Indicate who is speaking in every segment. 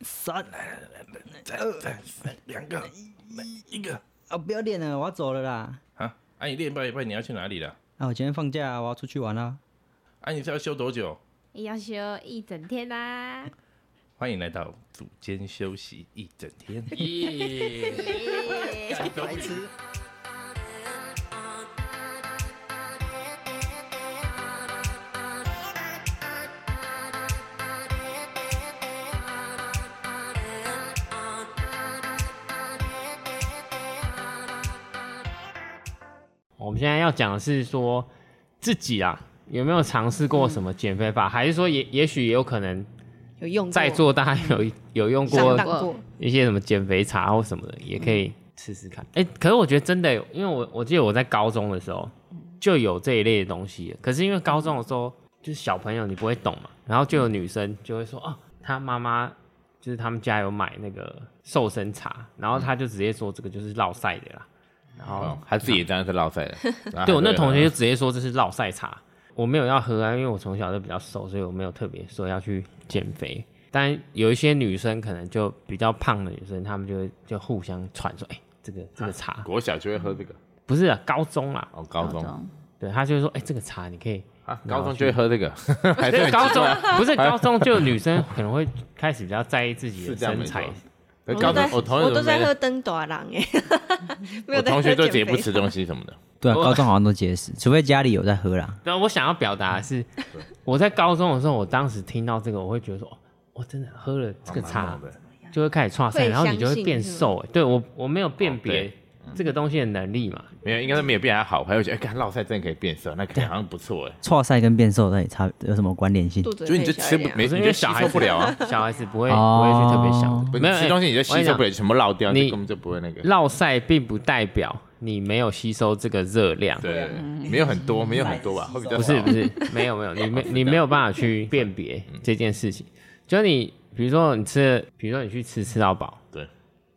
Speaker 1: 三，
Speaker 2: 二两个，一个
Speaker 1: 啊，不要练了，我要走了啦。
Speaker 2: 啊！啊，你练一半一半你要去哪里了？
Speaker 1: 啊，我今天放假，我要出去玩啦。
Speaker 2: 啊，你是要休多久？
Speaker 3: 要休一整天啊啦、
Speaker 2: 欢迎来到组间休息一整天。
Speaker 4: 耶！
Speaker 5: 哎
Speaker 4: 白痴，我们现在要讲的是说自己啊，有没有尝试过什么减肥法，还是说也也许也有可能
Speaker 6: 有用过
Speaker 4: 在座大家有有用
Speaker 6: 上
Speaker 4: 过
Speaker 6: 当过，
Speaker 4: 一些什么减肥茶或什么的，也可以试试看。
Speaker 6: 嗯
Speaker 4: 哎、可是我觉得真的有，因为我我记得我在高中的时候就有这一类的东西了，可是因为高中的时候就是小朋友你不会懂嘛，然后就有女生就会说哦，她妈妈就是他们家有买那个瘦身茶，然后她就直接说这个就是落晒的啦，然后
Speaker 5: 哦，他自己也当然是落赛
Speaker 2: 啊
Speaker 5: 的。
Speaker 4: 对我那同学就直接说这是落晒茶，我没有要喝啊，因为我从小就比较瘦，所以我没有特别说要去减肥。但有一些女生可能就比较胖的女生，她们就会就互相传说，哎、这个这个茶、
Speaker 5: 国小就会喝这个，
Speaker 4: 不是、啊、高中啦，
Speaker 5: 哦，高中
Speaker 4: 对，她就会说，哎、这个茶你可以，
Speaker 5: 啊，高中就会喝这个， 还
Speaker 4: 对，
Speaker 5: 是
Speaker 4: 高中 不是高中就有女生可能会开始比较在意自己的
Speaker 5: 是这样
Speaker 4: 身
Speaker 5: 没错
Speaker 4: 材，。
Speaker 5: 可是
Speaker 6: 都
Speaker 5: 高
Speaker 6: 在
Speaker 5: 中我同学
Speaker 6: 都
Speaker 5: 怎么
Speaker 6: 在
Speaker 5: 没
Speaker 6: 喝登短郎 哎，没有
Speaker 5: 我
Speaker 6: 在喝
Speaker 5: 同学都
Speaker 6: 减肥
Speaker 5: 也不吃东西什么的，
Speaker 1: 对啊，
Speaker 4: 我
Speaker 1: 高中好像都节食，除非家里有在喝啦。
Speaker 4: 但我想要表达的是，
Speaker 5: 嗯
Speaker 4: 我在高中的时候，我当时听到这个，我会觉得说，哦，我真的喝了这个
Speaker 5: 蛮
Speaker 4: 茶
Speaker 5: 猛，的
Speaker 4: 就会开始串赛，
Speaker 6: 会
Speaker 4: 然后你
Speaker 6: 相
Speaker 4: 就会
Speaker 6: 信
Speaker 4: 变
Speaker 6: 是吗
Speaker 4: 瘦、欸。对我，我没有辨
Speaker 5: 哦
Speaker 4: 别
Speaker 5: 对
Speaker 4: 这个东西的能力嘛。
Speaker 5: 没有，应该是没有变还好，还会觉得哎，看落赛真的可以变瘦，那看好像不错哎。
Speaker 1: 错赛跟变瘦到底差有什么关联性？
Speaker 6: 肚子
Speaker 5: 所以你就
Speaker 6: 可以
Speaker 5: 吃
Speaker 6: 小一
Speaker 5: 不
Speaker 6: 点啊
Speaker 5: 没，
Speaker 4: 可是
Speaker 5: 你
Speaker 4: 因
Speaker 5: 就
Speaker 4: 为
Speaker 5: 吸
Speaker 4: 小孩
Speaker 5: 收
Speaker 4: 子
Speaker 5: 不了啊，
Speaker 4: 小孩子不 会、
Speaker 1: 哦
Speaker 4: 不会去特别想，
Speaker 5: 不
Speaker 4: 没有哎
Speaker 5: 是吃东西你就吸收不。
Speaker 4: 欸
Speaker 5: 了，全部落掉，
Speaker 4: 你
Speaker 5: 你根本就不会那个。
Speaker 4: 绕赛并不代表你没有吸收这个热量，
Speaker 5: 对，
Speaker 1: 啊
Speaker 5: 对对没有很多，没有很多吧，会比较
Speaker 4: 不
Speaker 5: 少
Speaker 4: 是不是， 没有没有，你
Speaker 5: 哦
Speaker 4: 没你没有办法去辨别
Speaker 5: 嗯
Speaker 4: 这件事情。就你比如说你吃了，比如说你去吃吃到饱，
Speaker 5: 对，嗯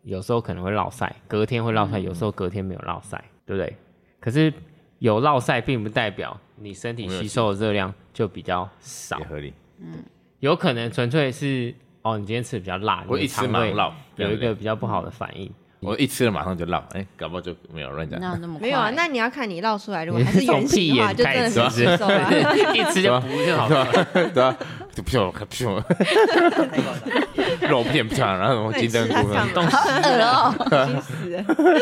Speaker 4: 有时候可能会落晒，隔天会落晒，有时候隔天没有落晒，对不对？可是有落晒，并不代表你身体吸收的热量就比较少
Speaker 5: 也，合理。
Speaker 4: 有可能纯粹是哦，你今天吃的比较辣，
Speaker 5: 我
Speaker 4: 你的
Speaker 5: 一吃
Speaker 4: 肠
Speaker 5: 马上
Speaker 4: 胃
Speaker 5: 落
Speaker 4: 有一
Speaker 5: 对
Speaker 4: 个
Speaker 5: 不
Speaker 4: 比较不好的反
Speaker 6: 嗯
Speaker 4: 应。
Speaker 5: 我一吃了马上就落，哎，搞不好就没有乱讲。
Speaker 7: 那那么快
Speaker 6: 没有啊，那你要看你绕出来，如果 还是圆形 的话，
Speaker 4: 你
Speaker 6: 就
Speaker 4: 这种
Speaker 6: 真
Speaker 4: 屁眼
Speaker 6: 的很
Speaker 4: 盖
Speaker 6: 吸收啊。
Speaker 4: 一吃就不就好了。
Speaker 5: 对啊，就屁股屁股，肉片片，然后什么金针菇，
Speaker 6: 东 西，恶哦心死了。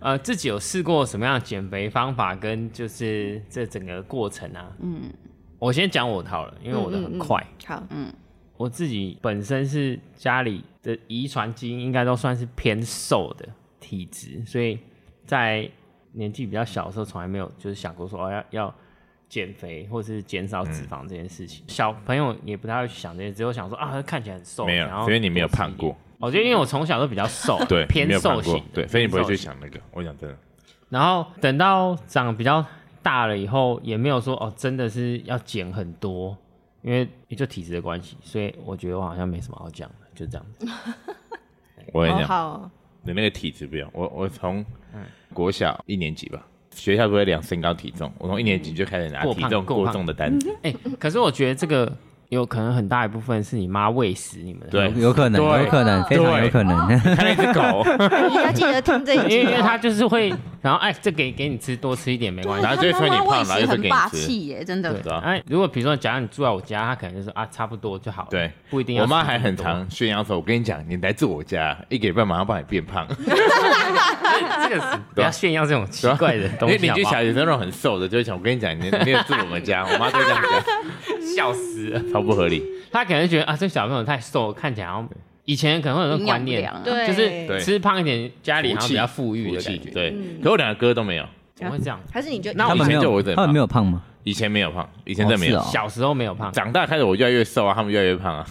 Speaker 4: 呃，自己有试过什么样的减肥方法，跟
Speaker 5: 嗯
Speaker 4: 就是这整个过程啊？嗯，我先讲我的好了，因为我
Speaker 5: 嗯
Speaker 4: 的很快。
Speaker 6: 好，
Speaker 4: 我自己本身是家里的遗传基因应该都算是偏瘦的体质，所以在年纪比较小的时候，从来没有就是想过说哦要要减肥或是减少脂肪这件事
Speaker 5: 嗯
Speaker 4: 情。小朋友也不太会去想这些，只有想说啊他看起来很瘦，
Speaker 5: 没有
Speaker 4: 然，后
Speaker 5: 因为你没有胖过，
Speaker 4: 我觉得因为我从小都比较瘦，
Speaker 5: 对，
Speaker 4: 偏
Speaker 5: 没有
Speaker 4: 瘦
Speaker 5: 胖
Speaker 4: 型
Speaker 5: 过
Speaker 4: 的，，
Speaker 5: 对，所以你不会
Speaker 4: 偏瘦
Speaker 5: 去
Speaker 4: 型
Speaker 5: 想那个。我讲真的，
Speaker 4: 然后等到长比较大了以后，也没有说哦，真的是要减很多，因为就体质的关系，所以我觉得我好像没什么好讲的，就这样子。
Speaker 5: 我跟你
Speaker 6: 哦
Speaker 5: 讲，
Speaker 6: 好哦，
Speaker 5: 你那个体质不一样。我我从
Speaker 1: 嗯
Speaker 5: 国小一年级吧，学校不会量身高体重，我从一年级就开始拿
Speaker 4: 过
Speaker 5: 体
Speaker 4: 胖
Speaker 5: 重
Speaker 4: 过
Speaker 5: 过
Speaker 4: 胖
Speaker 5: 重的单子，
Speaker 4: 哎、可是我觉得这个有可能很大一部分是你妈喂食你 们的，
Speaker 5: 对，
Speaker 1: 有可能，
Speaker 5: 对
Speaker 1: 有可能，非常有可能。
Speaker 5: 看那只狗，
Speaker 6: 你要记得听这一
Speaker 4: 因
Speaker 6: 集
Speaker 4: 为因为她
Speaker 6: 哦。
Speaker 4: 就是会，然后哎，这给给你吃，多吃一点没 关系。
Speaker 5: 然后就会催你胖，然后就会
Speaker 7: 很
Speaker 5: 给
Speaker 7: 霸
Speaker 5: 你吃。
Speaker 7: 气耶，真的
Speaker 5: 对啊
Speaker 4: 哎，如果比如说，假如你住在我家，她可能就说啊，差不多就好了，
Speaker 5: 对，
Speaker 4: 不一定要。
Speaker 5: 我妈还很，常炫耀说：“我跟你讲，你来自我家一个礼拜，马上帮你变胖。”
Speaker 4: 这个是不要炫耀这种 奇怪的东
Speaker 5: 因为
Speaker 4: 西
Speaker 5: 邻
Speaker 4: 好
Speaker 5: 居
Speaker 4: 不好
Speaker 5: 小姐那种很瘦的，就会想我跟你讲，你你有住我们家，我妈就会这样讲，
Speaker 4: 笑死了。
Speaker 5: 超不合理。
Speaker 4: 他可能觉得啊，这小朋友太瘦，看起来好像以前可能会有那种观
Speaker 7: 营
Speaker 4: 念
Speaker 7: 养，不良
Speaker 6: 对，
Speaker 4: 就是吃胖一点， 家里好像比较富裕
Speaker 5: 福
Speaker 4: 的
Speaker 5: 气
Speaker 4: 感觉，
Speaker 5: 对。可我两个哥都没有，
Speaker 4: 怎么会这样？
Speaker 6: 还是你就
Speaker 4: 那
Speaker 1: 他们没
Speaker 5: 以前就
Speaker 1: 有，
Speaker 5: 我一直很
Speaker 1: 他们没有胖吗？
Speaker 5: 以前没有胖，以前真的没有
Speaker 1: 哦。
Speaker 4: 小时候没有胖，
Speaker 5: 长大开始我越来越瘦啊，他们越来越胖啊，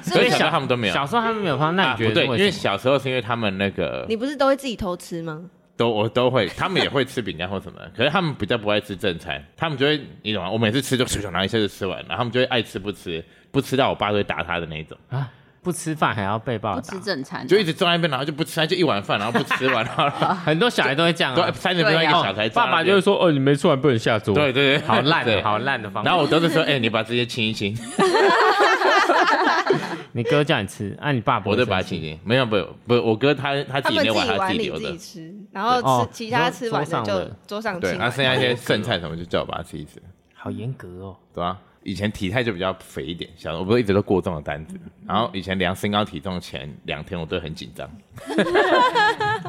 Speaker 5: 所以小时候他们都没有。
Speaker 4: 小时候他们没有胖，那
Speaker 5: 啊
Speaker 4: 你
Speaker 5: 不
Speaker 4: 觉得
Speaker 5: 对，
Speaker 4: 是
Speaker 5: 因
Speaker 4: 为
Speaker 5: 为
Speaker 4: 什么
Speaker 5: 小时候是因为他们那个
Speaker 6: 你不是都会自己偷吃吗？
Speaker 5: 都我都会，他们也会吃饼干或什么的，可是他们比较不爱吃正餐，他们就会你懂吗？我每次吃就咻咻，然后一下就吃完，然后他们就会爱吃不吃，不吃到我爸都会打他的那一种。
Speaker 4: 啊，不吃饭还要被暴
Speaker 7: 不
Speaker 4: 打
Speaker 7: 吃，正餐，
Speaker 5: 就一直坐在那边，然后就不吃，他就一碗饭，然后不吃完， 然
Speaker 6: 啊
Speaker 5: 后
Speaker 4: 很多小孩都会这样
Speaker 5: 对
Speaker 4: 啊。
Speaker 5: 三十分钟一个小
Speaker 4: 哦
Speaker 5: 才。
Speaker 4: 爸爸就会说：“哦，你没吃完不能下桌。”
Speaker 5: 对，对对，
Speaker 4: 好烂
Speaker 5: 对
Speaker 4: 的，好烂的方法。
Speaker 5: 然后我都是说，哎、你把这些清一清，
Speaker 4: 你哥叫你吃，啊，你爸不
Speaker 5: 我
Speaker 4: 会
Speaker 5: 都把它
Speaker 4: 生
Speaker 5: 清
Speaker 4: 气
Speaker 5: 一清，没有不不，我哥他他自
Speaker 6: 他
Speaker 5: 己
Speaker 6: 们
Speaker 5: 没
Speaker 6: 自
Speaker 5: 碗，
Speaker 6: 己
Speaker 5: 他
Speaker 6: 碗里
Speaker 5: 留
Speaker 6: 自
Speaker 5: 的
Speaker 6: 己。吃，然后吃、
Speaker 4: 哦
Speaker 6: 其他
Speaker 4: 桌
Speaker 6: 吃完
Speaker 4: 桌上
Speaker 6: 就
Speaker 4: 的
Speaker 6: 桌上啊
Speaker 5: 对，
Speaker 6: 清
Speaker 5: 那、
Speaker 6: 完
Speaker 5: 剩下一些剩菜什么就叫我把它自己吃，
Speaker 4: 好严格哦。
Speaker 5: 对啊？以前体态就比较肥一点，小时候我不是一直都过重的单子，然后以前量身高体重前两天我都很紧张，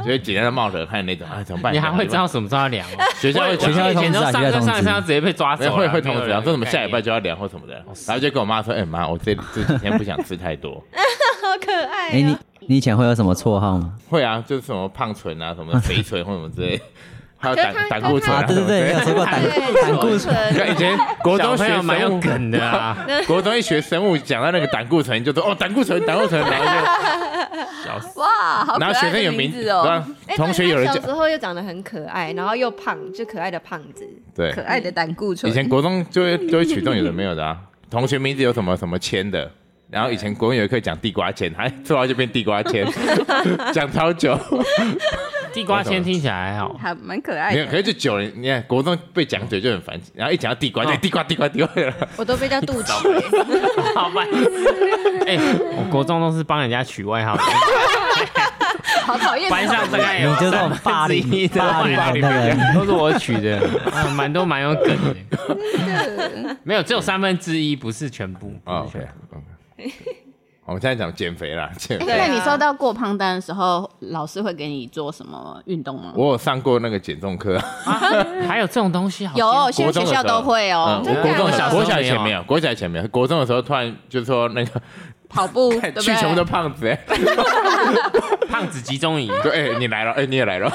Speaker 5: 所以紧张到冒冷汗那种，啊怎么办？
Speaker 4: 你还会知
Speaker 5: 怎么
Speaker 4: 道什么时候要量哦？
Speaker 5: 办学校会
Speaker 4: 我以
Speaker 1: 学校会
Speaker 4: 前
Speaker 1: 通知
Speaker 4: 都
Speaker 1: 啊
Speaker 4: 上
Speaker 1: 学校
Speaker 4: 课
Speaker 1: 通
Speaker 4: 上
Speaker 1: 知
Speaker 4: 一上要直接被抓走
Speaker 5: 没有
Speaker 4: 了，
Speaker 5: 会会通知，
Speaker 4: 没有
Speaker 5: 然
Speaker 4: 人
Speaker 5: 后说什么下礼拜
Speaker 4: 概念
Speaker 5: 就要量或什么的，然后就跟我妈说，哎、妈，我这这几天不想吃太多，
Speaker 6: 好可爱、啊
Speaker 1: 哎，你你以前会有什么绰号吗？
Speaker 5: 会啊，就是什么胖唇啊，什么肥唇或什么之类，还有胆
Speaker 6: 可是他
Speaker 5: 胆固醇
Speaker 1: 啊，对对
Speaker 5: 什么之类
Speaker 1: 对，
Speaker 5: 的
Speaker 1: 你有说过胆
Speaker 6: 对
Speaker 1: 胆固醇，
Speaker 5: 你看以前国
Speaker 4: 小
Speaker 5: 中
Speaker 4: 朋
Speaker 5: 学
Speaker 4: 友蛮
Speaker 5: 生
Speaker 4: 有
Speaker 5: 物，
Speaker 4: 梗的啊，
Speaker 5: 国中一学生物讲到那个胆固醇，就说哦胆固醇胆固醇，然后
Speaker 4: 笑死。
Speaker 7: 哇，
Speaker 5: 就
Speaker 7: 好可
Speaker 5: 然后学
Speaker 7: 爱
Speaker 5: 生有
Speaker 7: 的
Speaker 5: 名
Speaker 7: 名字
Speaker 5: 字，
Speaker 7: 哦，
Speaker 6: 哎
Speaker 5: 同学有人
Speaker 6: 他小
Speaker 5: 讲
Speaker 6: 时候又长得很可爱，然后又胖，就可爱的胖子。
Speaker 5: 对
Speaker 7: 可，爱的胆固醇
Speaker 5: 以。前国中就会就会取这种有的没有的啊，同学名字有什么什么签的。然后以前国文有一课讲地瓜签，还做到就变地瓜签，讲超久。
Speaker 4: 地瓜签听起来 还好，
Speaker 7: 还蛮可爱
Speaker 5: 没有，可
Speaker 7: 的，
Speaker 5: 是就久了，你看国中被讲嘴就很烦，然后一讲到地瓜，就地瓜地瓜地瓜。
Speaker 6: 我都被叫肚 脐，
Speaker 4: 好吧？哎，我国中都是帮人家取外号 的，
Speaker 7: 好讨
Speaker 6: 哦
Speaker 7: 厌。
Speaker 4: 班上大概有
Speaker 1: 你就这种霸凌
Speaker 4: 三分之一的
Speaker 1: 霸凌的人，
Speaker 4: 都是我取的，啊，蛮多蛮有梗的。没有，只有三分之一，不是全部。
Speaker 5: 哦
Speaker 4: 不是全
Speaker 5: ，OK，
Speaker 4: 部
Speaker 5: OK 我们现在讲减肥啦，减肥。
Speaker 7: 哎，那你收到过胖单的时候，老师会给你做什么运动吗？
Speaker 5: 我有上过那个减重课，
Speaker 4: 啊还有这种东西，好
Speaker 7: 有
Speaker 4: 像
Speaker 7: 哦，现在学校都会哦
Speaker 5: 嗯，我国中
Speaker 4: 真的假
Speaker 5: 小
Speaker 4: 的
Speaker 5: 国小以前没有，国小以前没有，国中的时候突然就说那个
Speaker 7: 跑步，对不
Speaker 5: 去全部都
Speaker 7: 对？
Speaker 5: 胖子，哎，
Speaker 4: 胖子集中营。
Speaker 5: 对，哎你来了，哎你也来了，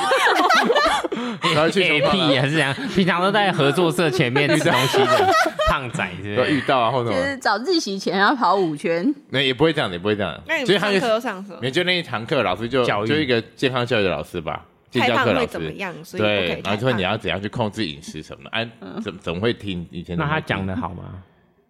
Speaker 5: 然后去
Speaker 4: 欸
Speaker 5: 全部胖
Speaker 4: 屁
Speaker 5: 子
Speaker 4: 也是这样，平常都在合作社前面吃东西 的胖仔，是不
Speaker 5: 都
Speaker 4: 是？
Speaker 5: 遇到啊或什
Speaker 7: 就
Speaker 5: 么，
Speaker 7: 是早自习前要跑五圈，
Speaker 5: 那也不会这样，也不会这样
Speaker 6: 那，你
Speaker 5: 所以
Speaker 6: 们
Speaker 5: 他
Speaker 6: 上课
Speaker 5: 就
Speaker 6: 都上什么？
Speaker 5: 没就那一堂课老师就
Speaker 4: 教育
Speaker 5: 就一个健康教育的老师吧，健
Speaker 6: 太
Speaker 5: 教
Speaker 6: 胖
Speaker 5: 课
Speaker 6: 会
Speaker 5: 老
Speaker 6: 怎么
Speaker 5: 师。
Speaker 6: 样？所以不可以
Speaker 5: 对，然
Speaker 6: 太
Speaker 5: 后就说
Speaker 6: 胖
Speaker 5: 你啊要怎样去控制饮食什么的，哎、怎怎么会听以前怎
Speaker 4: 那
Speaker 5: 么
Speaker 4: 他
Speaker 5: 会听
Speaker 4: 讲的好吗？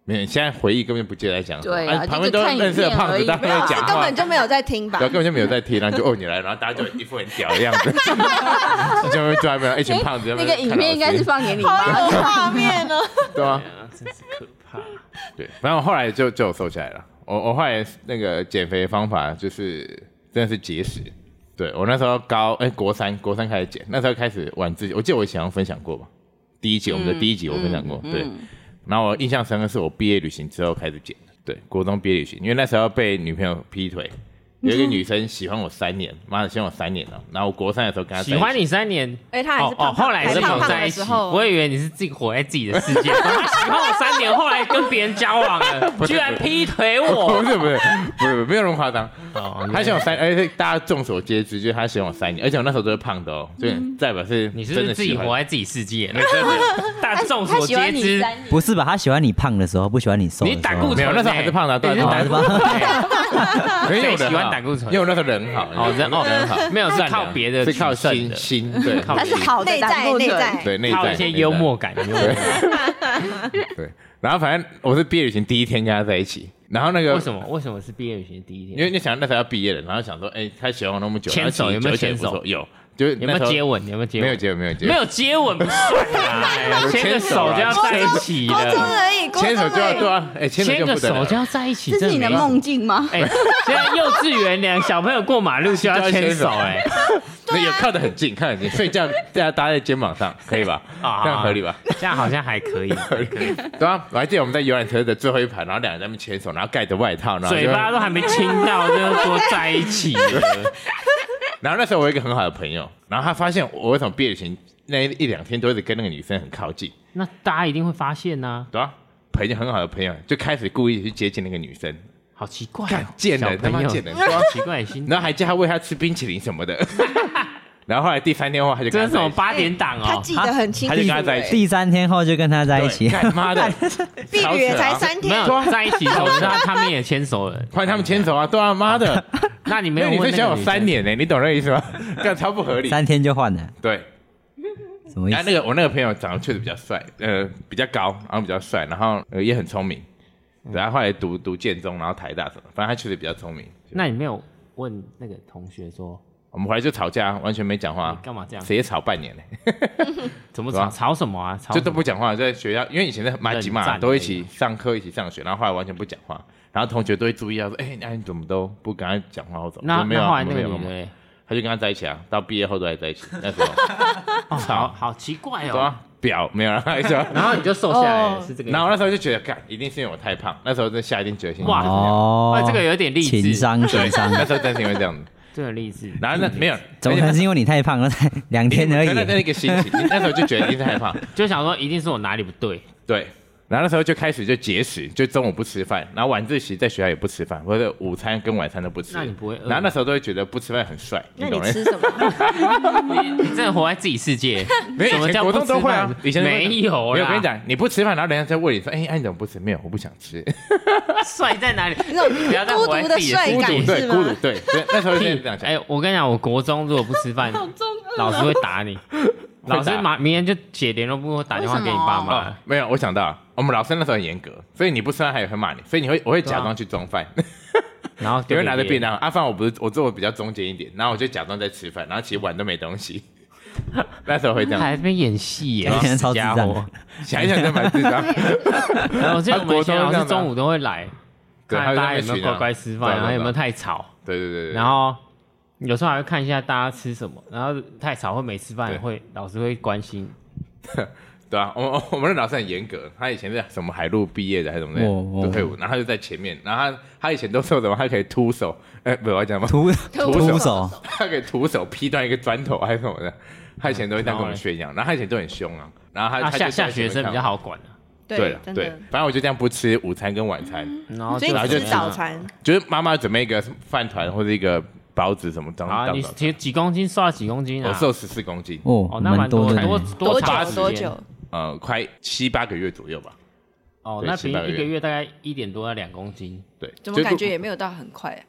Speaker 5: 没有，现在回忆根本不记得在讲什么，
Speaker 7: 对啊
Speaker 5: 哎
Speaker 7: 就
Speaker 5: 旁边
Speaker 7: 就
Speaker 5: 都
Speaker 7: 看
Speaker 5: 认识的
Speaker 7: 影片
Speaker 5: 胖
Speaker 7: 而
Speaker 5: 子，
Speaker 7: 已
Speaker 5: 大家
Speaker 7: 没有
Speaker 5: 都在
Speaker 7: 啊
Speaker 6: 这
Speaker 5: 讲
Speaker 6: 根
Speaker 5: 话
Speaker 6: 本，就没有在听吧
Speaker 5: 对，？啊根本就没有在听，然后就哦你来了，然后大家就一副很屌的样子，就在那边坐在那边一群胖子在
Speaker 7: 那
Speaker 5: 边
Speaker 7: 个
Speaker 5: 看老师，
Speaker 7: 影片应该是放给你妈。
Speaker 6: 好有 画面哦！
Speaker 5: 对啊，
Speaker 4: 啊，真是可怕。
Speaker 5: 对，反正我后来就就有瘦下来了。我我后来那个减肥方法就是真的是节食，对我那时候高哎、国三国三开始减，那时候开始晚自习，我记得我以前好像分享过吧，第一集我们的第一集我分享过，
Speaker 7: 嗯
Speaker 5: 对。
Speaker 7: 嗯
Speaker 5: 然后我印象深刻是我毕业旅行之后开始减的，对，国中毕业旅行，因为那时候被女朋友劈腿，有一 个女生喜欢我三年，妈的喜欢我三年了、哦然后我国三的时候跟她在一起
Speaker 4: 喜欢你三年，
Speaker 6: 哎，他还是
Speaker 4: 哦哦，
Speaker 6: 胖胖，
Speaker 4: 后来
Speaker 6: 还
Speaker 4: 是
Speaker 6: 是胖
Speaker 4: 有
Speaker 6: 胖
Speaker 4: 在
Speaker 6: 的
Speaker 4: 一起
Speaker 6: 时，候，
Speaker 5: 哦
Speaker 4: 我以为你是自己活在自己的世界。哇喜欢我三年，后来跟别人交往了，
Speaker 5: 不是
Speaker 4: 居然劈腿
Speaker 5: 不
Speaker 4: 我。
Speaker 5: 是不是不是没有那么夸张，
Speaker 4: 哦
Speaker 5: 他嫌我三，而且大家众所皆知，就是他嫌我三年，而且我那时候都是胖的哦，所以代表是
Speaker 4: 嗯你是
Speaker 5: 真
Speaker 4: 不
Speaker 5: 的
Speaker 4: 是自
Speaker 5: 喜
Speaker 4: 己
Speaker 5: 欢
Speaker 4: 活在自己世界了？
Speaker 5: 真的
Speaker 4: 大众所皆知，
Speaker 1: 不是吧？他喜欢你胖的时候，不喜欢你瘦的
Speaker 4: 你
Speaker 1: 时候。
Speaker 4: 胆固
Speaker 5: 没
Speaker 4: 醇欸
Speaker 5: 有那时候还是胖的啊对
Speaker 4: 你
Speaker 5: 啊
Speaker 4: 是胆固醇。欸
Speaker 5: 因为我
Speaker 4: 谁
Speaker 5: 人
Speaker 4: 喜欢
Speaker 5: 好
Speaker 4: 胆固醇
Speaker 5: 因为我那时候人好，
Speaker 4: 哦人哦
Speaker 5: 人好，
Speaker 4: 没有是
Speaker 5: 善良
Speaker 4: 靠别的
Speaker 5: 是靠
Speaker 4: 取胜
Speaker 5: 心
Speaker 4: 的
Speaker 5: 心，对，靠
Speaker 7: 他是好的
Speaker 6: 内
Speaker 7: 胆
Speaker 6: 在
Speaker 7: 固
Speaker 6: 内
Speaker 7: 醇，
Speaker 6: 在，
Speaker 5: 对啊内
Speaker 4: 靠
Speaker 5: 在
Speaker 4: 一些幽，默感，幽默感
Speaker 5: 内在对。然后反正我是毕业旅行第一天跟他在一起，然后那个
Speaker 4: 为什么？为什么是毕业旅行第一
Speaker 5: 啊
Speaker 4: 天？
Speaker 5: 因为你想那时候要毕业了，然后想说，哎，他喜欢我那么久，
Speaker 4: 牵手
Speaker 5: 然后其实
Speaker 4: 有没有
Speaker 5: 久久也
Speaker 4: 牵手
Speaker 5: 不错有，就是
Speaker 4: 有
Speaker 5: 那
Speaker 4: 没
Speaker 5: 时候
Speaker 4: 有接吻？有没有接吻？
Speaker 5: 没有接吻，没有接
Speaker 4: 没
Speaker 5: 吻，
Speaker 4: 有接吻不算啊， 哎牵个手
Speaker 5: 啊
Speaker 4: 就要在一起
Speaker 6: 高中
Speaker 4: 了，
Speaker 6: 而已，高
Speaker 5: 牵
Speaker 6: 中
Speaker 5: 手就要
Speaker 6: 而已
Speaker 5: 对。啊，哎，牵手
Speaker 4: 牵
Speaker 5: 就
Speaker 4: 个
Speaker 5: 不得
Speaker 4: 手
Speaker 5: 了
Speaker 4: 就要在一起，
Speaker 7: 这是你
Speaker 4: 真
Speaker 7: 的
Speaker 4: 没意思。
Speaker 7: 梦境 吗？
Speaker 4: 哎，现在幼稚园两小朋友过马路就要牵 手，哎，
Speaker 5: 那有靠得很近，靠得很近，睡觉大家搭在肩膀上，可以吧？
Speaker 4: 啊
Speaker 5: 这样合理吧？
Speaker 4: 这样好像还 可以，
Speaker 5: 对 啊，我还记得我们在游览车的最后一排，然后两人在那边牵手，然后盖着外套，然后就
Speaker 4: 嘴巴都还没亲到就说在一 起了，
Speaker 5: 然后那时候我有一个很好的朋友，然后他发现我为什么毕业旅行那一两天都一直跟那个女生很靠近，
Speaker 4: 那大家一定会发现呐，
Speaker 5: 对啊，朋友很好的朋友就开始故意去接近那个女生，
Speaker 4: 好奇怪
Speaker 5: 看
Speaker 4: 哦，
Speaker 5: 贱
Speaker 4: 小
Speaker 5: 人他
Speaker 4: 朋
Speaker 5: 妈
Speaker 4: 友，
Speaker 5: 贱 人，对啊
Speaker 4: 好奇怪的心态，
Speaker 5: 然后还叫他喂她吃冰淇淋什么的。 然后后来第三天后，他就
Speaker 4: 这
Speaker 5: 跟
Speaker 4: 是
Speaker 5: 他
Speaker 4: 什
Speaker 5: 在
Speaker 4: 么
Speaker 5: 一起
Speaker 4: 八点档
Speaker 6: 他
Speaker 4: 哦？
Speaker 6: 记得很清
Speaker 5: 他
Speaker 6: 楚
Speaker 5: 就跟他在一
Speaker 6: 欸，
Speaker 5: 起
Speaker 1: 第三天后就跟他在一起
Speaker 5: 对，干妈 的，
Speaker 6: 毕
Speaker 5: 超
Speaker 6: 旅也
Speaker 5: 扯啊
Speaker 6: 才 三
Speaker 4: 没
Speaker 6: 天，
Speaker 4: 有在一起的 时候，他他们也牵手了，
Speaker 5: 换他们牵手啊！对啊，妈的，
Speaker 4: 那 你没
Speaker 5: 没有
Speaker 4: 有
Speaker 5: 女
Speaker 4: 问
Speaker 5: 生想
Speaker 4: 那个
Speaker 5: 我
Speaker 4: 女
Speaker 5: 三
Speaker 4: 生？
Speaker 5: 年呢，你懂那个意思吗？ 干超不合理。
Speaker 1: 三天就换了，
Speaker 5: 对，
Speaker 1: 什么意
Speaker 5: 然后
Speaker 1: 思？
Speaker 5: 那个我那个朋友长得确实比较帅，呃，比较高，然后比较帅，然后呃也很聪明。
Speaker 4: 嗯
Speaker 5: 然后后来读读建中，然后台大什么，反正他确实比较聪明。
Speaker 4: 那你没有问那个同学说，
Speaker 5: 我们回来就吵架，完全没讲话
Speaker 4: 你，干嘛这样？
Speaker 5: 啊谁也吵半年嘞，
Speaker 4: 怎么
Speaker 5: 是
Speaker 4: 吵
Speaker 5: 吧
Speaker 4: 吵什么啊？吵
Speaker 5: 就
Speaker 4: 什
Speaker 5: 都
Speaker 4: 么
Speaker 5: 不讲话，在学校，因为以前在马吉
Speaker 4: 冷战
Speaker 5: 嘛，
Speaker 4: 而已
Speaker 5: 都一起上课，一起上学，然后后来完全不讲话，然后同学都会注意到说，哎、那你怎么都不跟他讲话或怎么？我
Speaker 4: 那
Speaker 5: 说没有
Speaker 4: 那
Speaker 5: 啊，
Speaker 4: 后来
Speaker 5: 我
Speaker 4: 那
Speaker 5: 们没
Speaker 4: 个
Speaker 5: 有
Speaker 4: 女的
Speaker 5: 啊，
Speaker 4: 哦嘞，
Speaker 5: 他就跟他在一起啊，到毕业后都还在一起，那时 候，
Speaker 4: 哦，好好奇怪
Speaker 5: 对
Speaker 4: 哦。
Speaker 5: 啊，表没有了，然 后
Speaker 4: 然后你就瘦下来了，
Speaker 6: 哦
Speaker 4: 是这个意思。
Speaker 5: 然后我那时候就觉得，干，一定是因为我太胖，那时候在下定决心，
Speaker 4: 哇
Speaker 5: 哇，
Speaker 1: 哦
Speaker 4: 哎，这个有点励志，
Speaker 1: 情商
Speaker 5: 对
Speaker 1: 情， 商，
Speaker 5: 那时候真是因为这样子，
Speaker 4: 这个励志。
Speaker 5: 然后那没有，
Speaker 1: 怎么可能是因为你太 胖了？两天而已
Speaker 5: 那，那那个心情，那时候就觉得一定是害怕，
Speaker 4: 就想说一定是我哪里不 对，
Speaker 5: 对。然后那时候就开始就节食，就中午不吃饭，然后晚自习在学校也不吃饭，或者午餐跟晚餐都不吃。
Speaker 4: 那你不会饿吗
Speaker 5: 然后那时候都会觉得不吃饭很帅，
Speaker 6: 那
Speaker 5: 懂
Speaker 6: 你
Speaker 5: 吗？
Speaker 6: 吃什么？
Speaker 4: 你真的活在自己世界。
Speaker 5: 没有
Speaker 4: 什么
Speaker 5: 以前
Speaker 4: 叫
Speaker 5: 国
Speaker 4: 不
Speaker 5: 中都
Speaker 4: 吃
Speaker 5: 会
Speaker 4: 饭
Speaker 5: 啊，以前都会
Speaker 4: 没有
Speaker 5: 没有，
Speaker 4: 啦。
Speaker 5: 我跟你，讲，你不吃饭，然后人家在问你说：“哎，哎，你怎么不吃？”没有，我不想吃。
Speaker 4: 帅在哪里？
Speaker 6: 那种
Speaker 4: 不要再
Speaker 6: 孤
Speaker 4: 活在
Speaker 6: 独的
Speaker 4: 自己世
Speaker 6: 帅
Speaker 4: 界
Speaker 6: 感
Speaker 5: 孤独对
Speaker 6: 是吗
Speaker 5: 孤独对，所以那时候就是这样想。
Speaker 4: 哎，我跟你讲，我国中如果不吃饭，老师会打 你，
Speaker 5: 打哦
Speaker 4: 老师马明天就写联络簿，打电话给你爸妈。
Speaker 5: 啊没有，我想到我们老师那时候很严格，所以你不吃饭他也会骂你，所以你会我会假装去中饭，
Speaker 4: 然后
Speaker 5: 因
Speaker 4: 就
Speaker 5: 为拿着便当，阿啊饭我不是我坐的比较中间一点，然后我就假装在吃饭，然后其实碗都没东西。 那时候会这样，
Speaker 4: 还在那边演 戏耶，
Speaker 1: 以前超智
Speaker 4: 家
Speaker 1: 障
Speaker 4: 伙
Speaker 1: 的。
Speaker 5: 想一想就蛮智 障。
Speaker 4: 然后我记得我
Speaker 5: 他
Speaker 4: 们以
Speaker 5: 国中
Speaker 4: 前老
Speaker 5: 这样
Speaker 4: 师
Speaker 5: 的啊
Speaker 4: 中午都会来，
Speaker 5: 对
Speaker 4: 看大
Speaker 5: 他
Speaker 4: 家
Speaker 5: 会
Speaker 4: 有没
Speaker 5: 在那边
Speaker 4: 有
Speaker 5: 巡啊
Speaker 4: 乖乖吃
Speaker 5: 对
Speaker 4: 饭，
Speaker 5: 对
Speaker 4: 然后有没有
Speaker 5: 对
Speaker 4: 太吵。
Speaker 5: 对对对对，
Speaker 4: 然后有时候还会看一下大家吃什么，然后太吵或没吃饭
Speaker 5: 对
Speaker 4: 会老师会关心。
Speaker 5: 对啊，我我我们的老师很严格，他以前是什么海陆毕业的还是什么的
Speaker 1: 哦哦
Speaker 5: 就退伍，然后他就在前面，然后他他以前都说什么，他可以徒手，哎，不是我要讲吗？
Speaker 1: 徒
Speaker 5: 徒手
Speaker 1: 徒手，
Speaker 5: 他给徒手劈断一个砖头还是什么的，他以前都会这样跟我们炫耀，然后他以前都很凶啊，然后他、
Speaker 4: 啊，
Speaker 5: 他
Speaker 4: 下
Speaker 5: 就
Speaker 4: 下学生比较
Speaker 5: 好，
Speaker 4: 好管啊
Speaker 5: 对
Speaker 6: 对
Speaker 5: 了，
Speaker 6: 真
Speaker 5: 对
Speaker 6: 的。，
Speaker 5: 反正我就这样不吃午餐跟晚餐，
Speaker 4: 然后
Speaker 6: 所以
Speaker 4: 就
Speaker 6: 你
Speaker 5: 就
Speaker 6: 吃早。餐，
Speaker 5: 就是妈妈准备一个饭团或者一个包子什么当
Speaker 4: 好啊，
Speaker 5: 当
Speaker 4: 你
Speaker 5: 早餐
Speaker 4: 体几公斤瘦到几公斤啊？
Speaker 5: 我瘦十四公斤，
Speaker 1: 哦
Speaker 4: 哦，，那蛮
Speaker 1: 多
Speaker 4: 的，
Speaker 1: 的
Speaker 4: 多
Speaker 1: 呢，
Speaker 6: 多
Speaker 4: 长
Speaker 6: 久
Speaker 4: 时间
Speaker 6: 多久？？
Speaker 5: 呃，快七八个月左右吧，
Speaker 4: 哦，
Speaker 5: 对
Speaker 4: 那
Speaker 5: 七
Speaker 4: 平
Speaker 5: 八个
Speaker 4: 均一
Speaker 5: 月
Speaker 4: 个月大概一点多到两公斤，
Speaker 5: 对，
Speaker 6: 怎么感觉
Speaker 5: 就是
Speaker 6: 也没有到很快啊？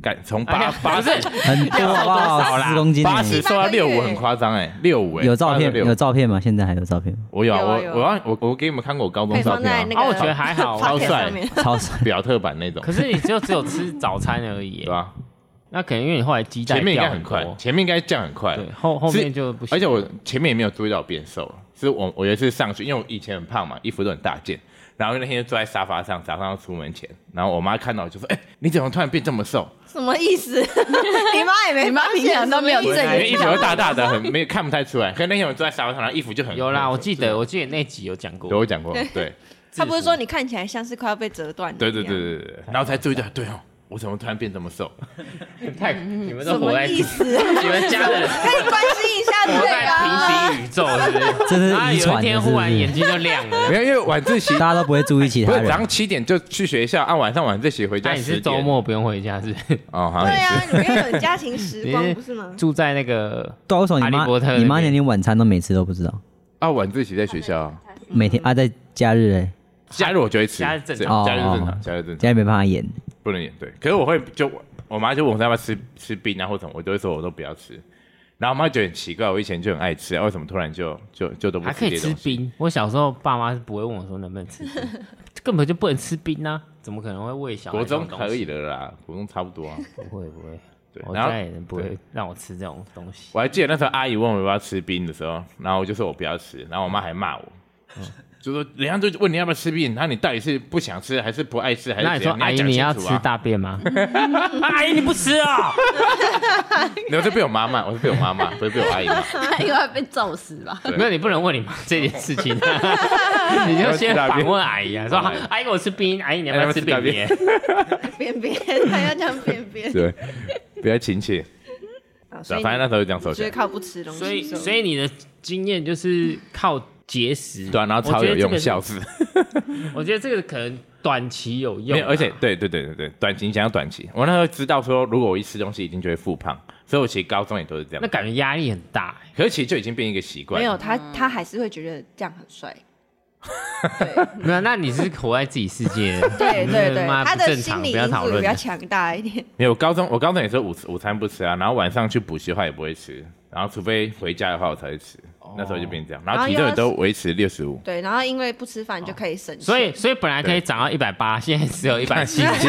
Speaker 5: 感从
Speaker 4: 哎
Speaker 5: 八
Speaker 4: 呀
Speaker 5: 八
Speaker 4: 不
Speaker 5: 十
Speaker 4: 是
Speaker 1: 很多好不好？十公斤呢，
Speaker 5: 八
Speaker 4: 哎
Speaker 5: 十瘦到
Speaker 6: 八个月
Speaker 5: 六五很夸张哎，六五哎，
Speaker 1: 有照片
Speaker 5: 85
Speaker 1: 有照片吗？现在还有照片吗？
Speaker 5: 我有啊，
Speaker 6: 有啊
Speaker 5: 我
Speaker 6: 有啊
Speaker 5: 我要我我给你们看过我高
Speaker 6: 可
Speaker 5: 中
Speaker 6: 以
Speaker 5: 照
Speaker 6: 放
Speaker 5: 片
Speaker 6: 在
Speaker 5: 啊
Speaker 6: 那，
Speaker 4: 啊，
Speaker 6: 个，
Speaker 4: 我觉得 还好。
Speaker 5: 超
Speaker 6: podcast
Speaker 5: 帅
Speaker 6: 上面
Speaker 1: 超 帅，
Speaker 5: 表特版那种
Speaker 4: 可，是你只有只有吃早餐而已
Speaker 5: 对，吧？
Speaker 4: 那可能因为你后来鸡蛋
Speaker 5: 前面应该
Speaker 4: 掉
Speaker 5: 很
Speaker 4: 多
Speaker 5: 快，前面应该降很快，
Speaker 4: 对，后后面就不行。
Speaker 5: 而且我前面也没有注意到我变瘦了，是我我有一次上去，因为我以前很胖嘛，衣服都很大件，然后那天就坐在沙发上，早上要出门前，然后我妈看到我就说：“哎、你怎么突然变这么瘦？
Speaker 6: 什么意 思？你妈也没，
Speaker 7: 你妈平常都没有
Speaker 6: 一整
Speaker 7: 对
Speaker 5: 因为
Speaker 6: 天
Speaker 5: 衣服都大大的，很没有看不太出来。可是那天我坐在沙发上，然后衣服就很
Speaker 4: 有啦，
Speaker 5: 很
Speaker 4: 我记得我记得那集有讲过
Speaker 5: 有，我讲过，对对
Speaker 6: 他不是说你看起来像是快要被折断的
Speaker 5: 对
Speaker 6: 一样？
Speaker 5: 对对
Speaker 4: 哎
Speaker 5: 对对，然后才注意到，对哦，我怎么突然变这么瘦？
Speaker 4: 太你们
Speaker 6: 什
Speaker 4: 都活
Speaker 6: 么
Speaker 4: 在
Speaker 6: 意思啊？
Speaker 4: 你们家人
Speaker 6: 可以关心一下这
Speaker 4: 活 在
Speaker 6: 个啊。
Speaker 4: 平行宇宙，是不是？
Speaker 1: 这是
Speaker 4: 然
Speaker 1: 遗
Speaker 4: 后有哎一
Speaker 1: 传的，
Speaker 4: 天
Speaker 1: 是
Speaker 4: 忽
Speaker 1: 不
Speaker 4: 然眼
Speaker 1: 是？
Speaker 4: 睛就亮了。
Speaker 5: 没有，因为晚自习
Speaker 1: 大家都不会注意其
Speaker 5: 不
Speaker 1: 他
Speaker 5: 是早
Speaker 1: 人
Speaker 5: 上，七点就去学校，啊，晚上晚自习回
Speaker 4: 那
Speaker 5: 家
Speaker 4: 你
Speaker 5: 十
Speaker 4: 是
Speaker 5: 点。
Speaker 4: 周末不用回家是不是？
Speaker 5: 哦，好像
Speaker 6: 对
Speaker 5: 也是。
Speaker 6: 啊，你们有种家庭时
Speaker 4: 你
Speaker 6: 光不是吗？
Speaker 4: 住在那个
Speaker 1: 对啊，为什么
Speaker 4: 哈
Speaker 1: 你
Speaker 4: 利波特
Speaker 1: 妈
Speaker 4: 那
Speaker 1: 你妈
Speaker 4: 边
Speaker 1: 连你晚餐都每次都不知道？
Speaker 5: 啊，晚自习在学校啊，
Speaker 1: 每天啊，在假日哎，
Speaker 5: 假日我就会吃，
Speaker 4: 啊假日正常
Speaker 5: 对假日正
Speaker 1: 哦
Speaker 5: 常，假日正常。
Speaker 1: 假日没办法演，
Speaker 5: 不能演对。可是我会就我妈就问我说要不要吃吃冰啊或什么，我就会说我都不要吃。然后我妈觉得很奇怪，我以前就很爱吃，啊，为什么突然就就就都不
Speaker 4: 还
Speaker 5: 吃
Speaker 4: 可
Speaker 5: 这些
Speaker 4: 以吃
Speaker 5: 东西？
Speaker 4: 冰。嗯我小时候爸妈是不会问我说能不能 吃冰，根本就不能吃冰啊，怎么可能会喂小孩？
Speaker 5: 国中可以，了啦，国中差不多啊。
Speaker 4: 不会不会，
Speaker 5: 对，
Speaker 4: 我
Speaker 5: 然
Speaker 4: 家
Speaker 5: 后
Speaker 4: 里人不会让我吃这种东西。
Speaker 5: 我还记得那时候阿姨问我要不要吃冰的时候，然后我就说我不要吃，然后我妈还骂我，
Speaker 4: 嗯
Speaker 5: 就说人家就问你要不要吃冰，那你到底是不想吃还是不爱吃还是
Speaker 4: 那
Speaker 5: 怎
Speaker 4: 你说
Speaker 5: 样？
Speaker 4: 阿姨
Speaker 5: 你
Speaker 4: 你
Speaker 5: 要
Speaker 4: 要
Speaker 5: 讲
Speaker 4: 吃
Speaker 5: 清楚啊，
Speaker 4: 大便吗？ 阿姨你不吃啊？
Speaker 5: 然后就被我妈 骂，我是被我妈骂，不是被我阿姨骂。
Speaker 7: 应该会被揍死吧？
Speaker 5: 对
Speaker 4: 没有你不能问你妈这件事情， 啊 你就先反问阿姨啊，说
Speaker 5: 大便
Speaker 4: 阿姨我吃冰，阿姨你要不要吃
Speaker 5: 哎
Speaker 4: 便
Speaker 5: 要不要
Speaker 4: 便？
Speaker 6: 边边，他要讲边边，
Speaker 5: 对，比较亲切。
Speaker 6: 啊所
Speaker 5: 反正
Speaker 6: 以
Speaker 5: 那
Speaker 6: 你
Speaker 5: 时候就这样瘦
Speaker 6: 就
Speaker 5: 下来
Speaker 6: 是。靠不吃东西瘦，
Speaker 4: 所以，所以你的经验就是靠节食，
Speaker 5: 对啊，然后超有用，笑
Speaker 4: 效。
Speaker 5: 死。
Speaker 4: 我觉得这个可能短期有用啊，
Speaker 5: 没有，而且对对对对对，短期想要短期，我那时候知道说，如果我一吃东西，一定就会复胖，所以我其实高中也都是这
Speaker 4: 那
Speaker 5: 样。
Speaker 4: 感觉压力很大欸。
Speaker 5: 可是其实就已经变一个习惯。
Speaker 6: 没有，他，他还是会觉得这样很帅。
Speaker 4: 没有，那你是活在自己世界的，
Speaker 6: 对对对，
Speaker 4: 妈
Speaker 6: 他
Speaker 4: 嗯不
Speaker 6: 的
Speaker 4: 正常
Speaker 6: 心理因
Speaker 4: 不要
Speaker 6: 素
Speaker 4: 讨
Speaker 6: 比
Speaker 4: 论
Speaker 6: 较。强大一点。
Speaker 5: 没有，我高中我高中也是午午餐不吃啊，然后晚上去补习的话也不会吃，然后除非回家的话我才会吃。那时候就变这样，然
Speaker 6: 然
Speaker 5: 后
Speaker 6: 后
Speaker 5: 体
Speaker 6: 又
Speaker 5: 重也
Speaker 6: 要
Speaker 5: 都维持六十五，
Speaker 6: 对，然后因为不吃饭就可以省钱，
Speaker 4: 哦所以所以本来可以长到一百八，现在只有一百七，
Speaker 5: 其实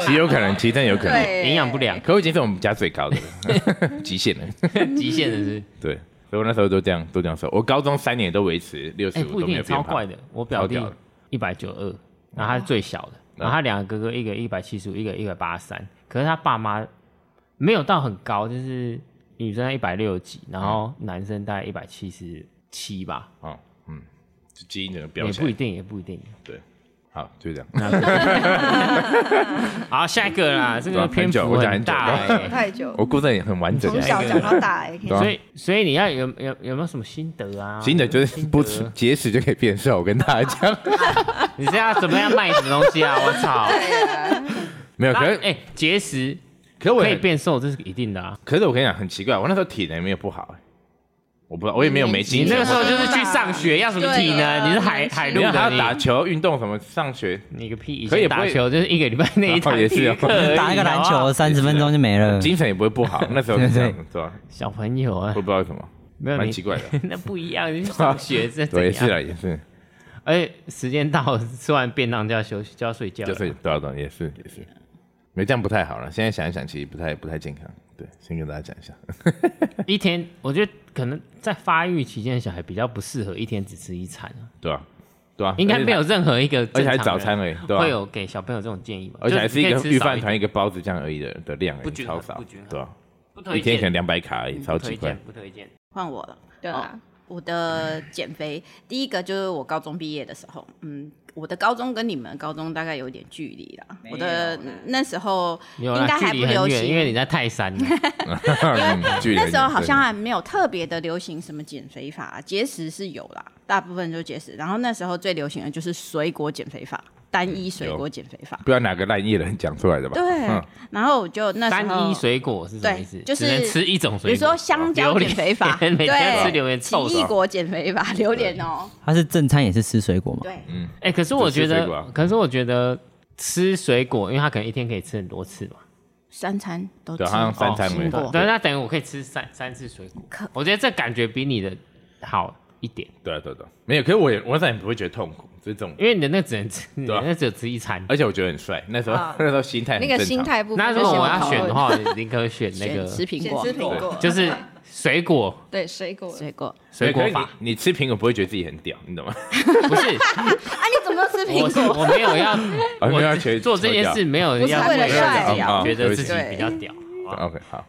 Speaker 5: 其实有可能，其实真的有可能。
Speaker 6: 对
Speaker 4: 营养不良，
Speaker 5: 可我已经是我们家最高的了极限了，
Speaker 4: 极限的是。
Speaker 5: 对，所以我那时候都这样，都这样瘦。我高中三年都维持六
Speaker 4: 哎、
Speaker 5: 十五，
Speaker 4: 不一
Speaker 5: 都没有
Speaker 4: 定，
Speaker 5: 变
Speaker 4: 超
Speaker 5: 胖
Speaker 4: 怪。的。我表弟
Speaker 5: 超屌的哦
Speaker 4: 一百九二，然后他是最小的，然后他两个哥哥，一个一百七十五，一个一百八三。可是他爸妈没有到很高，就是女生一百六几，然后
Speaker 5: 嗯
Speaker 4: 男生大概一百七十七吧，
Speaker 5: 哦，嗯，就基因整个飙
Speaker 4: 也
Speaker 5: 起
Speaker 4: 不一
Speaker 5: 来。
Speaker 4: 定，也不一定。
Speaker 5: 好，就这样。
Speaker 4: 好，下一个 啦，这
Speaker 5: 对
Speaker 4: 个
Speaker 5: 啊
Speaker 4: 篇
Speaker 5: 很久
Speaker 4: 幅
Speaker 5: 我讲
Speaker 4: 很
Speaker 5: 很久
Speaker 4: 大、
Speaker 6: 不
Speaker 4: 欸。
Speaker 6: 太久，
Speaker 5: 我故事也很完整啊
Speaker 6: 从
Speaker 5: 的。
Speaker 6: 小讲到大也可以
Speaker 5: 对。啊
Speaker 4: 所以，所以你要有有有没有什么心得啊？
Speaker 5: 新的就是
Speaker 4: 心得
Speaker 5: 不吃节食就可以变瘦，我跟大家讲，
Speaker 4: 你是要怎么样卖什么东西啊？我 操！
Speaker 5: 没有。可
Speaker 4: 那
Speaker 5: 是，
Speaker 4: 哎，节食
Speaker 5: 可是我
Speaker 4: 可以
Speaker 5: 也，
Speaker 4: 变瘦，这是一定的啊。
Speaker 5: 可是我跟你讲，很奇怪，我那时候体能没有不好，哎我不知道，我也没有没
Speaker 4: 你
Speaker 5: 精
Speaker 4: 那
Speaker 5: 神
Speaker 4: 个。时候就是去上学，要什么体
Speaker 7: 对
Speaker 4: 能？
Speaker 7: 啊
Speaker 4: 你是海海陆
Speaker 5: 你看他
Speaker 4: 的
Speaker 5: 要打
Speaker 4: 你，
Speaker 5: 球、运动什么，上学
Speaker 4: 你个屁！以
Speaker 5: 可以
Speaker 4: 前
Speaker 5: 也不
Speaker 4: 打
Speaker 5: 会
Speaker 4: 球就是一个礼拜那一
Speaker 5: 哦
Speaker 4: 场
Speaker 5: 也是
Speaker 4: 体育
Speaker 5: 哦
Speaker 4: 课而已，
Speaker 1: 打一个篮
Speaker 4: 好啊不
Speaker 1: 球
Speaker 4: 好
Speaker 1: 三十分钟就没了。
Speaker 4: 嗯
Speaker 5: 精神也不会不好。那时候是这样
Speaker 1: 对，
Speaker 5: 是吧？
Speaker 4: 小朋友啊
Speaker 5: 我，不知道为什么，
Speaker 4: 没有
Speaker 5: 蛮
Speaker 4: 你
Speaker 5: 奇怪的。
Speaker 4: 那不一样，你去上学 这
Speaker 5: 对，也
Speaker 4: 怎
Speaker 5: 是
Speaker 4: 样？
Speaker 5: 啊，也是，
Speaker 4: 而且时间到了，吃完便当就要休息，就要睡觉了。
Speaker 5: 就是对啊，对啊，也是也是，没这样不太好了。现在想一想，其实不太不太健康。对，先跟大家讲一下。
Speaker 4: 一天，我觉得可能在发育期间的小孩比较不适合一天只吃一餐啊，
Speaker 5: 对啊，对啊，
Speaker 4: 应该
Speaker 5: 而且
Speaker 4: 没有任何一个
Speaker 5: 而且还
Speaker 4: 正常
Speaker 5: 早
Speaker 4: 人
Speaker 5: 餐而已，对吧、
Speaker 4: 会有给小朋友这种建议吧？
Speaker 5: 而且还是一个
Speaker 4: 就是你可以
Speaker 5: 预
Speaker 4: 吃少
Speaker 5: 饭
Speaker 4: 一
Speaker 5: 团
Speaker 4: 点，
Speaker 5: 一个包子酱而已的的量而
Speaker 4: 不
Speaker 5: 已，
Speaker 4: 均
Speaker 5: 超
Speaker 4: 衡
Speaker 5: 少
Speaker 4: 不均，衡
Speaker 5: 对吧、
Speaker 4: 不
Speaker 5: 一
Speaker 4: 推
Speaker 5: 天可能
Speaker 4: 荐，
Speaker 5: 两百卡而已，超
Speaker 4: 不
Speaker 5: 奇
Speaker 4: 推
Speaker 5: 怪
Speaker 4: 荐，。不推荐。
Speaker 7: 换我了。
Speaker 6: 对啊
Speaker 7: 我的减肥第一个就是我高中毕业的时候，嗯，我的高中跟你们高中大概有点距离啦。我的那时候
Speaker 4: 没有
Speaker 7: 应
Speaker 4: 啦
Speaker 7: 该
Speaker 4: 距
Speaker 7: 还
Speaker 4: 离
Speaker 7: 不流
Speaker 4: 很远，因为
Speaker 7: 行，
Speaker 4: 你在泰山。
Speaker 5: 嗯距离
Speaker 7: 那
Speaker 5: 很
Speaker 7: 时候
Speaker 5: 远
Speaker 7: 好
Speaker 5: 对
Speaker 7: 像还没有特别的流行什么减肥法、节食是有啦，大部分就是节食。然后那时候最流行的就是水果减肥法，单一水
Speaker 5: 有
Speaker 7: 果减肥法。
Speaker 5: 不知道哪个烂艺人讲出来的 吧？
Speaker 7: 对
Speaker 5: 嗯，
Speaker 7: 然后我就那时候
Speaker 4: 单一水果是什么意思？
Speaker 7: 对就是
Speaker 4: 只能吃一种水果，哦
Speaker 7: 比如说香蕉
Speaker 4: 榴莲
Speaker 7: 减肥法，
Speaker 4: 每天
Speaker 7: 对，
Speaker 4: 吃榴莲臭
Speaker 7: 奇异
Speaker 4: 死。
Speaker 7: 果减肥法，榴莲哦，
Speaker 1: 他是正餐也是吃水果嘛？
Speaker 7: 对，
Speaker 4: 哎、可是我觉
Speaker 5: 只吃水果啊
Speaker 4: 得，可是我觉得吃水果，因为它可能一天可以吃很多次嘛。
Speaker 7: 三餐都吃哦
Speaker 5: 对，好像三餐
Speaker 7: 水
Speaker 5: 没
Speaker 7: 果
Speaker 5: 有。
Speaker 4: 对，那等于我可以吃三三次水果
Speaker 7: 可。
Speaker 4: 我觉得这感觉比你的好一点，
Speaker 5: 对啊对对，没有。可是我也我那时候也不会觉得痛苦，就是这种，
Speaker 4: 因为你的那只能吃，你
Speaker 5: 对
Speaker 4: 的
Speaker 5: 啊
Speaker 4: 那只有吃一餐。
Speaker 5: 而且我觉得很帅。那时候、
Speaker 6: 啊
Speaker 5: 那时候心态很
Speaker 6: 那个
Speaker 5: 正常
Speaker 6: 心态不，
Speaker 4: 那如果我要选的
Speaker 6: 话，
Speaker 4: 话，你可以选那个
Speaker 7: 选，吃苹
Speaker 6: 先
Speaker 7: 果
Speaker 6: 吃，苹果，
Speaker 4: 就是水果
Speaker 6: 对水果，
Speaker 7: 水果
Speaker 4: 水果
Speaker 5: 对可
Speaker 4: 法
Speaker 5: 是，你你吃苹果不会觉得自己很屌，你懂吗？
Speaker 4: 不 是
Speaker 7: 啊，你怎么都吃
Speaker 4: 我是我没有 要
Speaker 5: 啊没有要
Speaker 4: 我
Speaker 5: 求
Speaker 4: 做这件事没有
Speaker 6: 不是
Speaker 4: 要
Speaker 6: 为了
Speaker 4: 自
Speaker 7: 啊
Speaker 4: 己
Speaker 6: 帅
Speaker 5: 哦
Speaker 4: 觉
Speaker 5: 哦
Speaker 4: 得
Speaker 5: 对
Speaker 4: 自己
Speaker 6: 不起
Speaker 4: 比较屌。好 吧
Speaker 5: OK，好，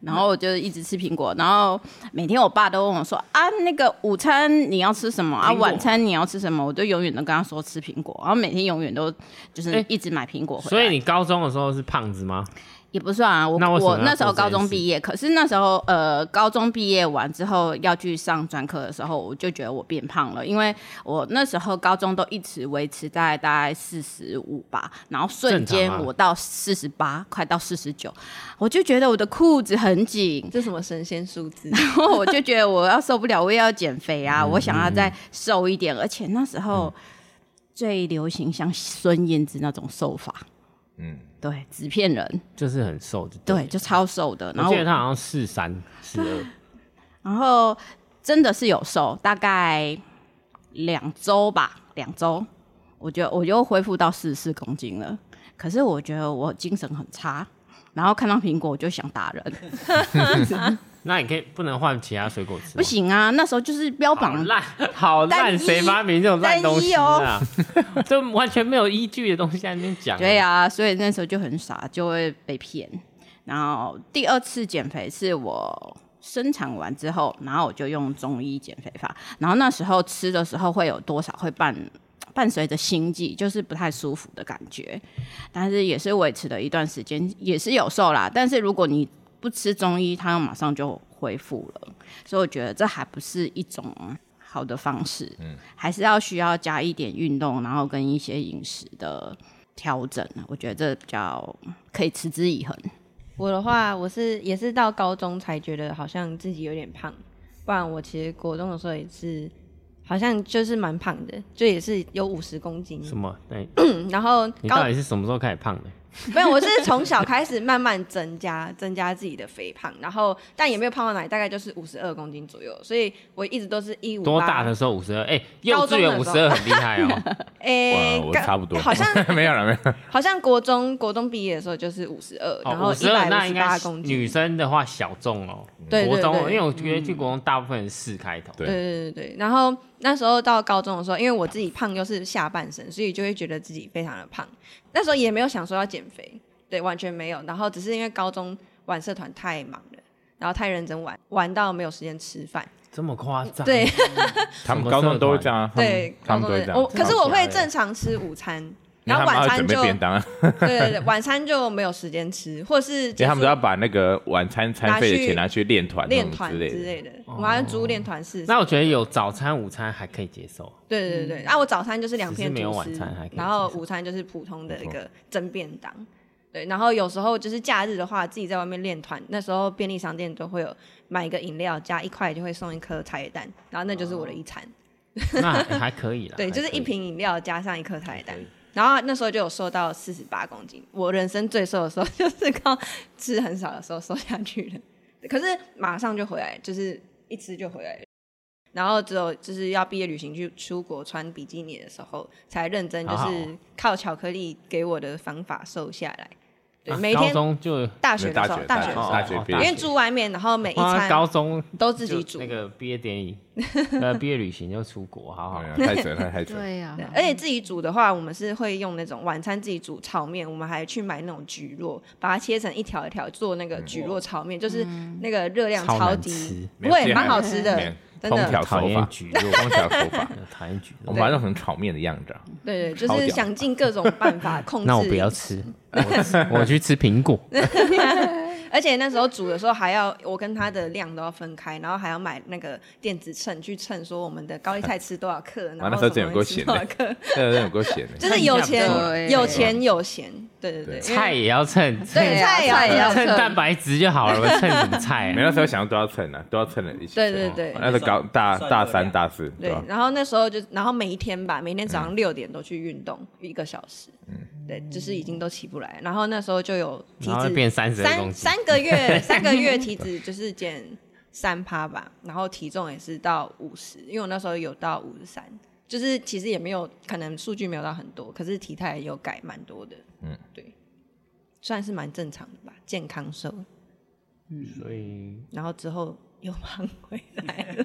Speaker 7: 然后我就一直吃苹果，然后每天我爸都问我说啊，那个午餐你要吃什么啊，
Speaker 4: 苹果
Speaker 7: 晚餐你要吃什么？我就永远都跟他说吃苹果，然后每天永远都就是
Speaker 4: 哎
Speaker 7: 一直买苹果回来。
Speaker 4: 所以你高中的时候是胖子吗？
Speaker 7: 也不算啊，我
Speaker 4: 那为什么要
Speaker 7: 我那时候
Speaker 4: 做这
Speaker 7: 高
Speaker 4: 件
Speaker 7: 中
Speaker 4: 事
Speaker 7: 毕业，可是那时候呃，高中毕业完之后要去上专科的时候，我就觉得我变胖了，因为我那时候高中都一直维持在大概四十五吧，然后瞬
Speaker 4: 正
Speaker 7: 间
Speaker 4: 常啊
Speaker 7: 我到四十八，快到四十九，我就觉得我的裤子很紧，
Speaker 6: 这什么神仙数字？
Speaker 7: 然后我就觉得我要受不了，我也要减肥啊，
Speaker 4: 嗯
Speaker 7: 我想要再瘦一点，而且那时候最流行像孙燕姿那种瘦法，
Speaker 5: 嗯，
Speaker 7: 对，纸片人，
Speaker 4: 就是很瘦就了
Speaker 7: 对，就超瘦的，然
Speaker 4: 我
Speaker 7: 后
Speaker 4: 记得他好像四三 四二，
Speaker 7: 然后真的是有瘦，大概两周吧，两周，我觉得我又恢复到四十四公斤了。可是我觉得我精神很差，然后看到苹果我就想打人，
Speaker 4: 那你可以不能换其他水果吃吗？
Speaker 7: 不行啊！那时候就是标
Speaker 4: 好
Speaker 7: 榜
Speaker 4: 烂，好
Speaker 7: 单
Speaker 4: 烂，
Speaker 7: 一
Speaker 4: 谁发明这种烂东西啊？
Speaker 6: 哦
Speaker 4: 这完全没有依据的东西在那边讲。
Speaker 7: 对啊，所以那时候就很傻，就会被骗。然后第二次减肥是我生产完之后，然后我就用中医减肥法，然后那时候吃的时候会有多少会伴伴随着心悸，就是不太舒服的感觉，但是也是维持了一段时间，也是有瘦啦。但是如果你不吃中医，它马上就恢复了，所以我觉得这还不是一种。好的方式，还是要需要加一点运动，然后跟一些饮食的调整，啊我觉得这比较可以持之以恒。
Speaker 6: 我的话，我是也是到高中才觉得好像自己有点胖，不然我其实国中的时候也是，好像就是蛮胖的，就也是有五十公斤。
Speaker 4: 什么？对，哎
Speaker 6: 嗯然后
Speaker 4: 你到
Speaker 6: 高
Speaker 4: 底是什么时候开始胖的？
Speaker 6: 没有，我是从小开始慢慢增加，增加自己的肥胖，然后但也没有胖到哪里，大概就是五十二公斤左右，所以我一直都是一五
Speaker 4: 多大的？时候五十二？哎，幼
Speaker 6: 高
Speaker 4: 稚
Speaker 6: 中的
Speaker 4: 园五
Speaker 6: 时
Speaker 4: 十
Speaker 6: 候
Speaker 4: 二很厉害 哦。
Speaker 6: 哎、
Speaker 2: 哇我
Speaker 6: 刚
Speaker 2: 差不多
Speaker 6: 好像
Speaker 5: 没有了，没有啦。
Speaker 6: 好像国中国中毕业的时候就是五十
Speaker 5: 哦
Speaker 6: 二，然后
Speaker 4: 五
Speaker 6: 一
Speaker 4: 十二
Speaker 6: 百
Speaker 4: 那
Speaker 6: 五
Speaker 4: 应
Speaker 6: 十
Speaker 4: 该
Speaker 6: 八
Speaker 4: 是
Speaker 6: 公斤。
Speaker 4: 女生的话小众哦，
Speaker 6: 对
Speaker 4: 国
Speaker 6: 对
Speaker 4: 中，因
Speaker 6: 对
Speaker 4: 为我觉得去国中大部分人四开头，
Speaker 2: 对
Speaker 6: 对对对对，然后那时候到高中的时候，因为我自己胖又是下半身，所以就会觉得自己非常的胖。那时候也没有想说要减肥，对，完全没有。然后只是因为高中玩社团太忙了，然后太认真玩，玩到没有时间吃饭。
Speaker 4: 这么夸张？
Speaker 6: 对，
Speaker 5: 他们高中都会这样啊， 他们
Speaker 6: 对，
Speaker 5: 他们
Speaker 6: 高中
Speaker 5: 都会
Speaker 6: 的
Speaker 5: 这
Speaker 6: 我
Speaker 5: 样。
Speaker 6: 可是 我会正常吃午餐，
Speaker 5: 因为
Speaker 6: 然
Speaker 5: 他们
Speaker 6: 后晚
Speaker 5: 要
Speaker 6: 餐
Speaker 5: 准备
Speaker 6: 就
Speaker 5: 便当啊，
Speaker 6: 对对对，晚餐就没有时间吃，或是
Speaker 5: 因为他们都
Speaker 6: 结
Speaker 5: 要
Speaker 6: 束
Speaker 5: 把那个晚餐餐费的钱拿去练团、
Speaker 6: 练团
Speaker 5: 之类
Speaker 6: 之
Speaker 5: 的。
Speaker 6: 类的，我们要租练团式。
Speaker 4: 那我觉得有早餐、午餐还可以接受，
Speaker 6: 对对对，那、啊、我早餐就是两片
Speaker 4: 嗯只是没有
Speaker 6: 吐
Speaker 4: 晚
Speaker 6: 司
Speaker 4: 餐还可，以
Speaker 6: 然后午餐就是普通的一个蒸便当。对，然后有时候就是假日的话，自己在外面练团，那时候便利商店都会有买一个饮料加一块就会送一颗茶叶蛋，然后那就是我
Speaker 4: 哦
Speaker 6: 的一餐。
Speaker 4: 那还还可以啦。
Speaker 6: 对，
Speaker 4: 还
Speaker 6: 就是
Speaker 4: 可
Speaker 6: 一
Speaker 4: 以。
Speaker 6: 瓶饮料加上一颗茶叶蛋。然后那时候就有瘦到四十八公斤，我人生最瘦的时候 就是靠吃很少的时候瘦下去的。可是马上就回来，就是一吃就回来了。然后只有就是要毕业旅行去出国穿比基尼的时候，才认真就
Speaker 4: 好好哦
Speaker 6: 是靠巧克力给我的方法瘦下来。对，
Speaker 4: 啊
Speaker 6: 每
Speaker 4: 高
Speaker 6: 天
Speaker 4: 中就
Speaker 6: 大学的
Speaker 5: 大
Speaker 6: 时候
Speaker 5: 学，
Speaker 6: 大
Speaker 5: 学
Speaker 6: 学的时候
Speaker 5: 大学
Speaker 4: 哦
Speaker 5: 毕
Speaker 4: 大
Speaker 6: 因
Speaker 5: 业
Speaker 6: 为住外面，然后每一
Speaker 4: 哇啊高
Speaker 6: 餐
Speaker 4: 中
Speaker 6: 都自己
Speaker 4: 就
Speaker 6: 煮
Speaker 4: 那，个毕业 典礼，呃，毕业旅行就出国，好好
Speaker 5: 哎。呀太扯了，太扯了。
Speaker 7: 对呀、
Speaker 6: 嗯对啊而且自己煮的话，我们是会用那种晚餐自己煮炒面，我们还去买那种蒟蒻，把它切成一条一条做那个蒟
Speaker 5: 嗯
Speaker 6: 蒻炒面，就是那个热量
Speaker 4: 超
Speaker 6: 超
Speaker 4: 难
Speaker 6: 低
Speaker 4: 吃，
Speaker 6: 不会
Speaker 5: 没有
Speaker 6: 蛮好吃的
Speaker 5: 没有，
Speaker 6: 真
Speaker 5: 烹调
Speaker 6: 的。
Speaker 4: 讨
Speaker 5: 手
Speaker 4: 厌
Speaker 5: 法，
Speaker 4: 举
Speaker 5: 肉烹调手法，
Speaker 4: 讨厌举
Speaker 5: 我们把那种很炒面的样 子啊。
Speaker 6: 对对，就
Speaker 5: 超
Speaker 6: 是
Speaker 5: 屌
Speaker 6: 想尽各种办法控制。
Speaker 4: 那我不要吃，我我去吃苹 果。
Speaker 6: 而且那时候煮的时候还要我跟它的量都要分开，然后还要买那个电子秤去称说我们的高丽菜吃多少 克，然
Speaker 5: 那
Speaker 6: 后
Speaker 5: 时候
Speaker 6: 什
Speaker 5: 真
Speaker 6: 么
Speaker 5: 有够
Speaker 6: 东西吃
Speaker 5: 闲
Speaker 6: 多
Speaker 5: 的
Speaker 6: 少克，
Speaker 5: 那那有够咸的，
Speaker 6: 就是有
Speaker 4: 看一下不
Speaker 7: 错欸
Speaker 6: 钱有钱有闲，对对对，因为
Speaker 4: 菜也要称，
Speaker 6: 对菜也要
Speaker 7: 啊菜也要
Speaker 6: 称
Speaker 4: 称蛋白质就好了，我称什么菜
Speaker 5: 没
Speaker 4: 啊？
Speaker 5: 那时候想要都要蹭啊，都要蹭了一起吃。
Speaker 6: 对对对
Speaker 5: 那是高大
Speaker 1: 算热
Speaker 5: 大
Speaker 1: 量
Speaker 5: 三大四，对啊
Speaker 6: 对
Speaker 5: 吧，？
Speaker 6: 然后那时候就，然后每一天吧，每天早上六点都去运动一个小时，对，就是已经都起不来。然后那时候就有体
Speaker 4: 然后
Speaker 6: 脂
Speaker 4: 变三十公
Speaker 6: 三
Speaker 4: 斤
Speaker 6: 三，个月，三个月体脂就是减三趴吧，然后体重也是到五十，因为我那时候有到五十三，就是其实也没有可能数据没有到很多，可是体态有改蛮多的，
Speaker 5: 嗯
Speaker 6: 嗯，对，算是蛮正常的吧，健康瘦。
Speaker 4: 所以
Speaker 6: 然后之后又胖回来了。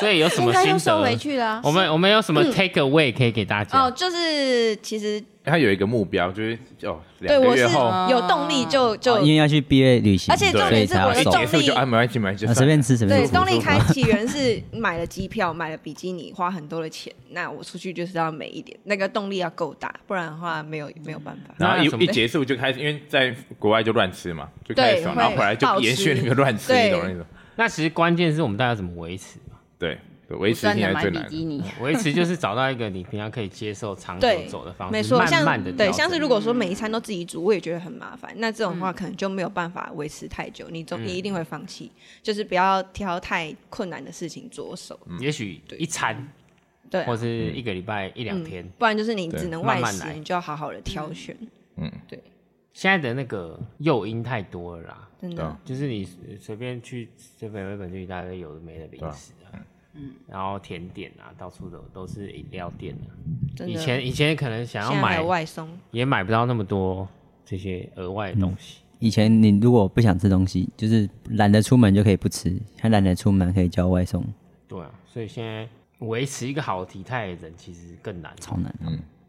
Speaker 4: 所以有什么
Speaker 7: 现在又
Speaker 4: 心
Speaker 7: 收
Speaker 4: 得
Speaker 7: 回？去了。啊
Speaker 4: 我们我们有什么 take away 可以给大
Speaker 6: 嗯哦，
Speaker 4: 家？
Speaker 6: 就是其实
Speaker 5: 哎他有一个目标，就是哦，
Speaker 6: 对
Speaker 5: 两
Speaker 6: 我
Speaker 5: 个
Speaker 6: 是
Speaker 5: 月后
Speaker 6: 有动力就就
Speaker 1: 哦因为要去毕业旅行，
Speaker 6: 而且重
Speaker 1: 所以
Speaker 6: 点是
Speaker 1: 才
Speaker 6: 我
Speaker 1: 要
Speaker 6: 的
Speaker 1: 瘦
Speaker 6: 重。
Speaker 5: 结束
Speaker 6: 力
Speaker 5: 就，啊，没关系，没关系，
Speaker 1: 啊
Speaker 5: 就
Speaker 1: 随
Speaker 5: 算了
Speaker 1: 便吃随便
Speaker 6: 对，
Speaker 1: 吃，
Speaker 6: 动力开起源是买了机票，买了比基尼，花很多的钱。那我出去就是要美一点，那个动力要够大，不然的话没有没有办法。
Speaker 5: 然后
Speaker 4: 那什么
Speaker 5: 一一结束就开始，因为在国外就乱吃嘛，就开始
Speaker 6: 对
Speaker 5: 爽，然后
Speaker 6: 会
Speaker 5: 回来就
Speaker 6: 暴
Speaker 5: 延续
Speaker 6: 吃
Speaker 5: 那个乱吃，
Speaker 6: 对
Speaker 5: 你懂那种，
Speaker 4: 那其实关键是我们大家怎么维持嘛？
Speaker 5: 对，对维
Speaker 7: 不
Speaker 5: 持
Speaker 7: 断
Speaker 5: 现在
Speaker 7: 的买
Speaker 5: 最
Speaker 7: 比
Speaker 5: 难。
Speaker 7: 基尼，
Speaker 4: 维持就是找到一个你平常可以接受长久
Speaker 6: 对
Speaker 4: 走的方式，
Speaker 6: 没错，
Speaker 4: 慢慢的
Speaker 6: 像对，像是如果说每一餐都自己煮，我也觉得很麻烦。那这种的
Speaker 4: 嗯
Speaker 6: 话，可能就没有办法维持太久，你总你一定会放弃。就是不要挑太困难的事情着手，
Speaker 4: 也许一餐
Speaker 6: 对啊，
Speaker 4: 嗯
Speaker 6: 嗯
Speaker 4: 或是一个礼拜一两天。
Speaker 6: 不然就是你只能外
Speaker 4: 慢慢
Speaker 6: 食
Speaker 4: 来，嗯
Speaker 6: 你就要好好的挑选，
Speaker 4: 现在的那个诱因太多了啦，
Speaker 6: 真
Speaker 5: 对
Speaker 6: 的
Speaker 5: 啊。
Speaker 4: 就是你随随便去随便日本就一大堆有的没的零食啊，
Speaker 6: 嗯
Speaker 4: 然后甜点啊，到处都都是饮料店啊。
Speaker 6: 真的。
Speaker 4: 以前以前可能想
Speaker 6: 现
Speaker 4: 要
Speaker 6: 在还
Speaker 4: 买
Speaker 6: 有外送，
Speaker 4: 也买不到那么多这些额外的东西。
Speaker 1: 以前你如果不想吃东西，就是懒得出门就可以不吃，还懒得出门可以叫外送，
Speaker 4: 对啊，所以现在维持一个好体态的人其实更难。
Speaker 1: 超难。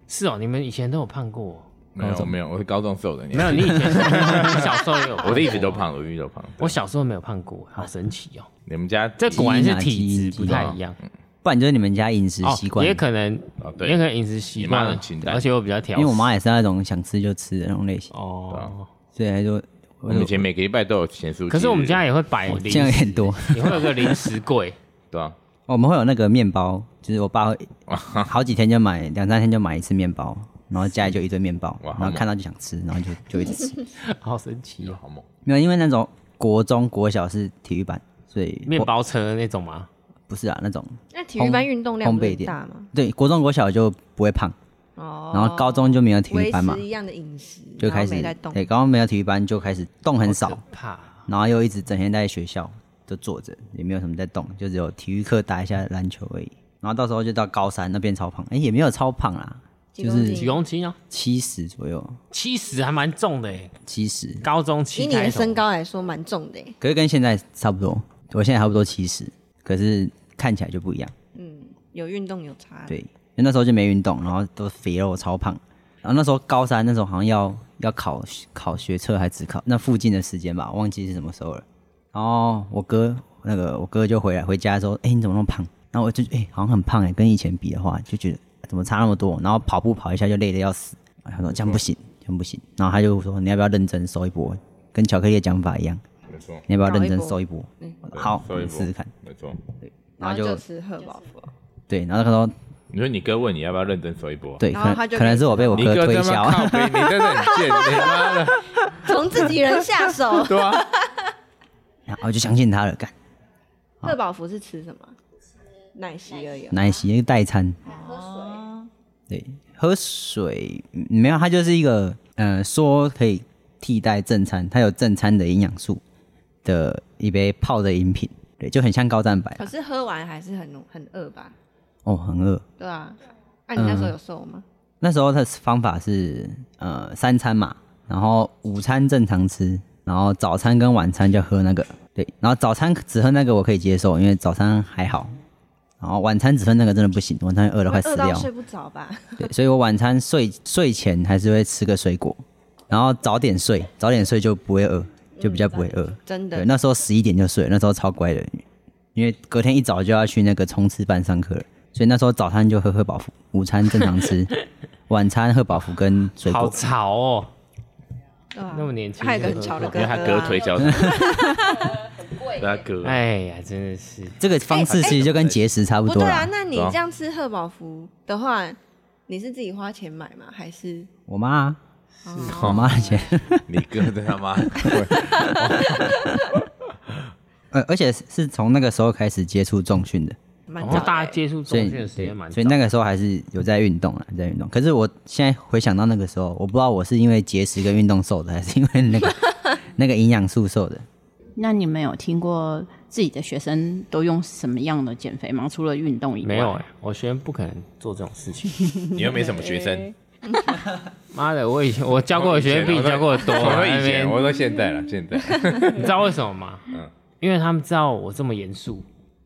Speaker 4: 是哦，你们以前都有胖过哦、
Speaker 5: 没有我没有，我是高中瘦的，
Speaker 4: 没有，你以 前你小时候也有，
Speaker 5: 我是一直都。胖，我一直都胖。
Speaker 4: 我小时候没有胖过，好神奇哦！
Speaker 5: 你们家
Speaker 4: 这果然是体
Speaker 1: 基因啊基因
Speaker 4: 质不太一样
Speaker 1: 不然就是你们家饮食
Speaker 4: 哦
Speaker 1: 习，惯，
Speaker 4: 也可能
Speaker 5: 哦，
Speaker 4: 也
Speaker 5: 对
Speaker 4: 可，能饮食习惯
Speaker 5: 你妈很清淡
Speaker 4: 而且我比较挑
Speaker 1: 因
Speaker 4: 食，
Speaker 1: 为我妈也是那种想吃就吃的那种类型，
Speaker 4: 哦，
Speaker 1: 所以她就
Speaker 5: 我
Speaker 1: 我
Speaker 5: 们以
Speaker 1: 就
Speaker 5: 前每个礼拜都有咸酥鸡。
Speaker 4: 可是我们家也会摆
Speaker 1: 我
Speaker 4: 零
Speaker 1: 这样有
Speaker 4: 食，
Speaker 1: 点多。
Speaker 4: 也会有个零食柜，
Speaker 5: 对啊，
Speaker 1: 我们会有那个面包，就是我爸会好几天就买，两三天就买一次面包，然后家里就一堆面包，
Speaker 5: 哇
Speaker 1: 然
Speaker 5: 好猛
Speaker 1: 后看到就想吃，然后就就一直吃。
Speaker 4: 好神奇
Speaker 5: 有
Speaker 4: 哦！
Speaker 5: 好猛，
Speaker 1: 没有，因为那种国中、国小是体育班，所以
Speaker 4: 面
Speaker 1: 我
Speaker 4: 包车那种吗？
Speaker 1: 不是啊，那种
Speaker 6: 那体育班运动量
Speaker 1: 烘
Speaker 6: 不是
Speaker 1: 焙
Speaker 6: 很
Speaker 1: 店
Speaker 6: 大吗？
Speaker 1: 对国中、国小就不会胖，
Speaker 6: 哦
Speaker 1: 然后高中就没有体育
Speaker 6: 维
Speaker 1: 班嘛
Speaker 6: 持，一样的饮食，
Speaker 1: 就开
Speaker 6: 然后
Speaker 1: 始哎
Speaker 6: 没在动
Speaker 1: 对，。高中没有体育班就开始动很
Speaker 4: 好
Speaker 1: 少
Speaker 4: 可，怕。
Speaker 1: 然后又一直整天在学校就坐着，也没有什么在动，就只有体育课打一下篮球而已。然后到时候就到高三那变超胖，哎、也没有超胖啦，
Speaker 6: 几
Speaker 1: 就
Speaker 6: 公
Speaker 1: 是
Speaker 6: 斤
Speaker 4: 几公斤啊？
Speaker 1: 七十左右，
Speaker 4: 七十还蛮重的耶，
Speaker 1: 七十，
Speaker 4: 高中
Speaker 6: 以
Speaker 4: 七
Speaker 6: 你的
Speaker 4: 开头
Speaker 6: 身高来说，蛮重的耶。
Speaker 1: 可是跟现在差不多，我现在差不多七十，可是看起来就不一样。
Speaker 6: 有运动有差。，
Speaker 1: 对，因为那时候就没运动，然后都肥肉超胖。然后那时候高三那时候好像要要考考学测还只考那附近的时间吧，忘记是什么时候了。然后我哥那个我哥就回来回家说：“哎、你怎么那么胖？”然后我就哎、好像很胖哎、跟以前比的话就觉得哎怎么差那么多。然后跑步跑一下就累得要死，然后他说这样不行，
Speaker 6: 嗯
Speaker 1: 这样不行。然后他就说你要不要认真收一波，跟巧克力的讲法一样，
Speaker 5: 没错，
Speaker 1: 你要不要
Speaker 6: 搞
Speaker 1: 认
Speaker 6: 一
Speaker 1: 真
Speaker 6: 波
Speaker 1: 收一波？
Speaker 6: 嗯
Speaker 1: 我说好，
Speaker 5: 收一
Speaker 1: 你
Speaker 5: 波
Speaker 1: 试试看。
Speaker 5: 没错。
Speaker 1: 然
Speaker 6: 然后
Speaker 1: 后就
Speaker 6: 就吃贺宝福。
Speaker 1: 对，然后他说
Speaker 5: 你说你哥问你要不要认真说一波，
Speaker 1: 对，
Speaker 6: 然
Speaker 1: 可
Speaker 6: 后
Speaker 1: 能
Speaker 6: 他就
Speaker 1: 可
Speaker 6: 可
Speaker 1: 能
Speaker 6: 以
Speaker 1: 是我被我
Speaker 5: 你
Speaker 1: 哥
Speaker 5: 哥
Speaker 1: 推
Speaker 5: 在那
Speaker 1: 销。啊
Speaker 5: 靠背，你真的很贱，你妈的，。
Speaker 6: 从自己人下 手
Speaker 5: 对啊，
Speaker 1: 然后我就相信他了，干
Speaker 6: 贺宝福是吃什么？奶昔而已哦。
Speaker 1: 奶昔一个代餐，
Speaker 6: 哦
Speaker 1: 对，喝水嗯没有，它就是一个呃说可以替代正餐，它有正餐的营养素的一杯泡的饮品，对，就很像高蛋白
Speaker 6: 可
Speaker 1: 啦
Speaker 6: 是喝完还是很很饿吧？
Speaker 1: 哦，很饿。
Speaker 6: 对啊。那
Speaker 1: 嗯
Speaker 6: 你那时候有瘦吗？
Speaker 1: 那时候的方法是呃三餐嘛，然后午餐正常吃，然后早餐跟晚餐就喝那个，对，然后早餐只喝那个我可以接受，因为早餐还好，然后晚餐只喝那个真的不行，晚餐饿得快
Speaker 6: 会饿
Speaker 1: 死
Speaker 6: 到
Speaker 1: 掉。
Speaker 6: 睡不着吧？
Speaker 1: 对，所以我晚餐睡睡前还是会吃个水果，然后早点睡，早点睡就不会饿，就比较不会饿。
Speaker 6: 真
Speaker 1: 对，
Speaker 6: 的。
Speaker 1: 那时候十一点就睡，那时候超乖的，因为隔天一早就要去那个冲刺班上课了，所以那时候早餐就喝喝饱福，午餐正常 吃，晚餐喝饱福跟水
Speaker 4: 好
Speaker 1: 果。
Speaker 4: 潮哦，
Speaker 6: 对啊
Speaker 4: 那么年轻
Speaker 6: 还有一个很潮的
Speaker 5: 因
Speaker 6: 哥
Speaker 5: 为
Speaker 6: 哥
Speaker 5: 他
Speaker 6: 啊。
Speaker 5: 哥推销他，
Speaker 2: 对他哥，
Speaker 4: 哎呀，真的是
Speaker 1: 这个方式其实就跟节食差不
Speaker 6: 哎不
Speaker 1: 多
Speaker 6: 对
Speaker 1: 啦。
Speaker 6: 啊，那你
Speaker 5: 对啊
Speaker 6: 这样吃贺宝福的话，你是自己花钱买吗？还是
Speaker 1: 我妈啊、
Speaker 6: 哦
Speaker 1: 我妈以前，
Speaker 5: 你哥的他 妈，对
Speaker 1: 呃，而且是是从那个时候开始接触重训的，
Speaker 6: 蛮
Speaker 4: 然
Speaker 6: 早的
Speaker 4: 后哦大家接触
Speaker 1: 所
Speaker 4: 中
Speaker 1: 以
Speaker 4: 训的时间蛮
Speaker 1: 对
Speaker 4: 早，
Speaker 1: 所以那个时候还是有在运动了，在运动。可是我现在回想到那个时候，我不知道我是因为节食跟运动瘦的，还是因为那 个那个营养素瘦的。
Speaker 7: 那你们有听过自己的学生都用什么样的减肥吗？除了运动以外，
Speaker 4: 没有哎，我学生不可能做这种事情。
Speaker 5: 你又没什么学生，
Speaker 4: 妈的，我以前我教过的学生比你教过的多，啊
Speaker 5: 我说以
Speaker 4: 那边
Speaker 5: 前，我说嗯现在了，现在，
Speaker 4: 你知道为什么吗？因为他们知道我这么严肃，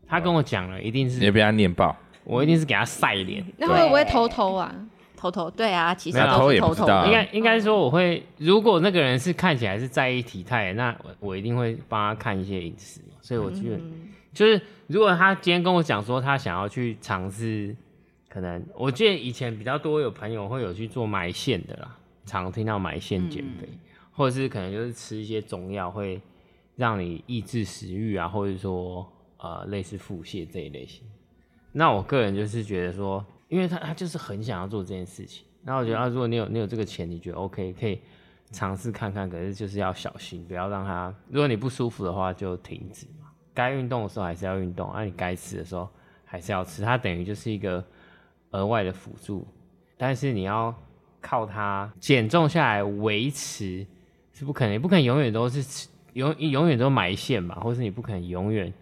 Speaker 4: 他跟我讲了，一定
Speaker 5: 你
Speaker 4: 是
Speaker 5: 被他念爆，
Speaker 4: 我一定是给他晒脸，
Speaker 6: 那会不会偷偷啊？
Speaker 7: 偷偷对啊，其实
Speaker 4: 没有
Speaker 7: 都是
Speaker 5: 偷也不
Speaker 7: 偷
Speaker 5: 知
Speaker 7: 偷
Speaker 5: 道啊
Speaker 4: 应该应该说我会，如果那个人是看起来是在意体态的，那我我一定会帮他看一些饮食嘛。所以我基本、就是，如果他今天跟我讲说他想要去尝试，可能我记得以前比较多有朋友会有去做埋线的啦，常听到埋线减肥，或者是可能就是吃一些中药会让你抑制食欲啊，或者说呃类似腹泻这一类型。那我个人就是觉得说，因为他他就是很想要做这件事情，那我觉得啊，如果你有你有这个钱，你觉得 OK 可以尝试看看，可是就是要小心，不要让他，如果你不舒服的话就停止嘛。该运动的时候还是要运动，啊，你该吃的时候还是要吃，它等于就是一个额外的辅助，但是你要靠它减重下来维持是不可能，不可能永远都是吃永永远都埋线嘛，或是你不可能永远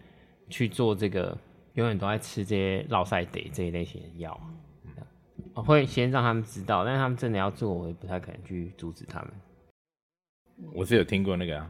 Speaker 4: 去做这个，永远都在吃这些落塞得这一类型的药啊。
Speaker 5: 嗯
Speaker 4: 我哦会先让他们知道，但是他们真的要做，我也不太可能去阻止他们。
Speaker 5: 我是有听过那个啊，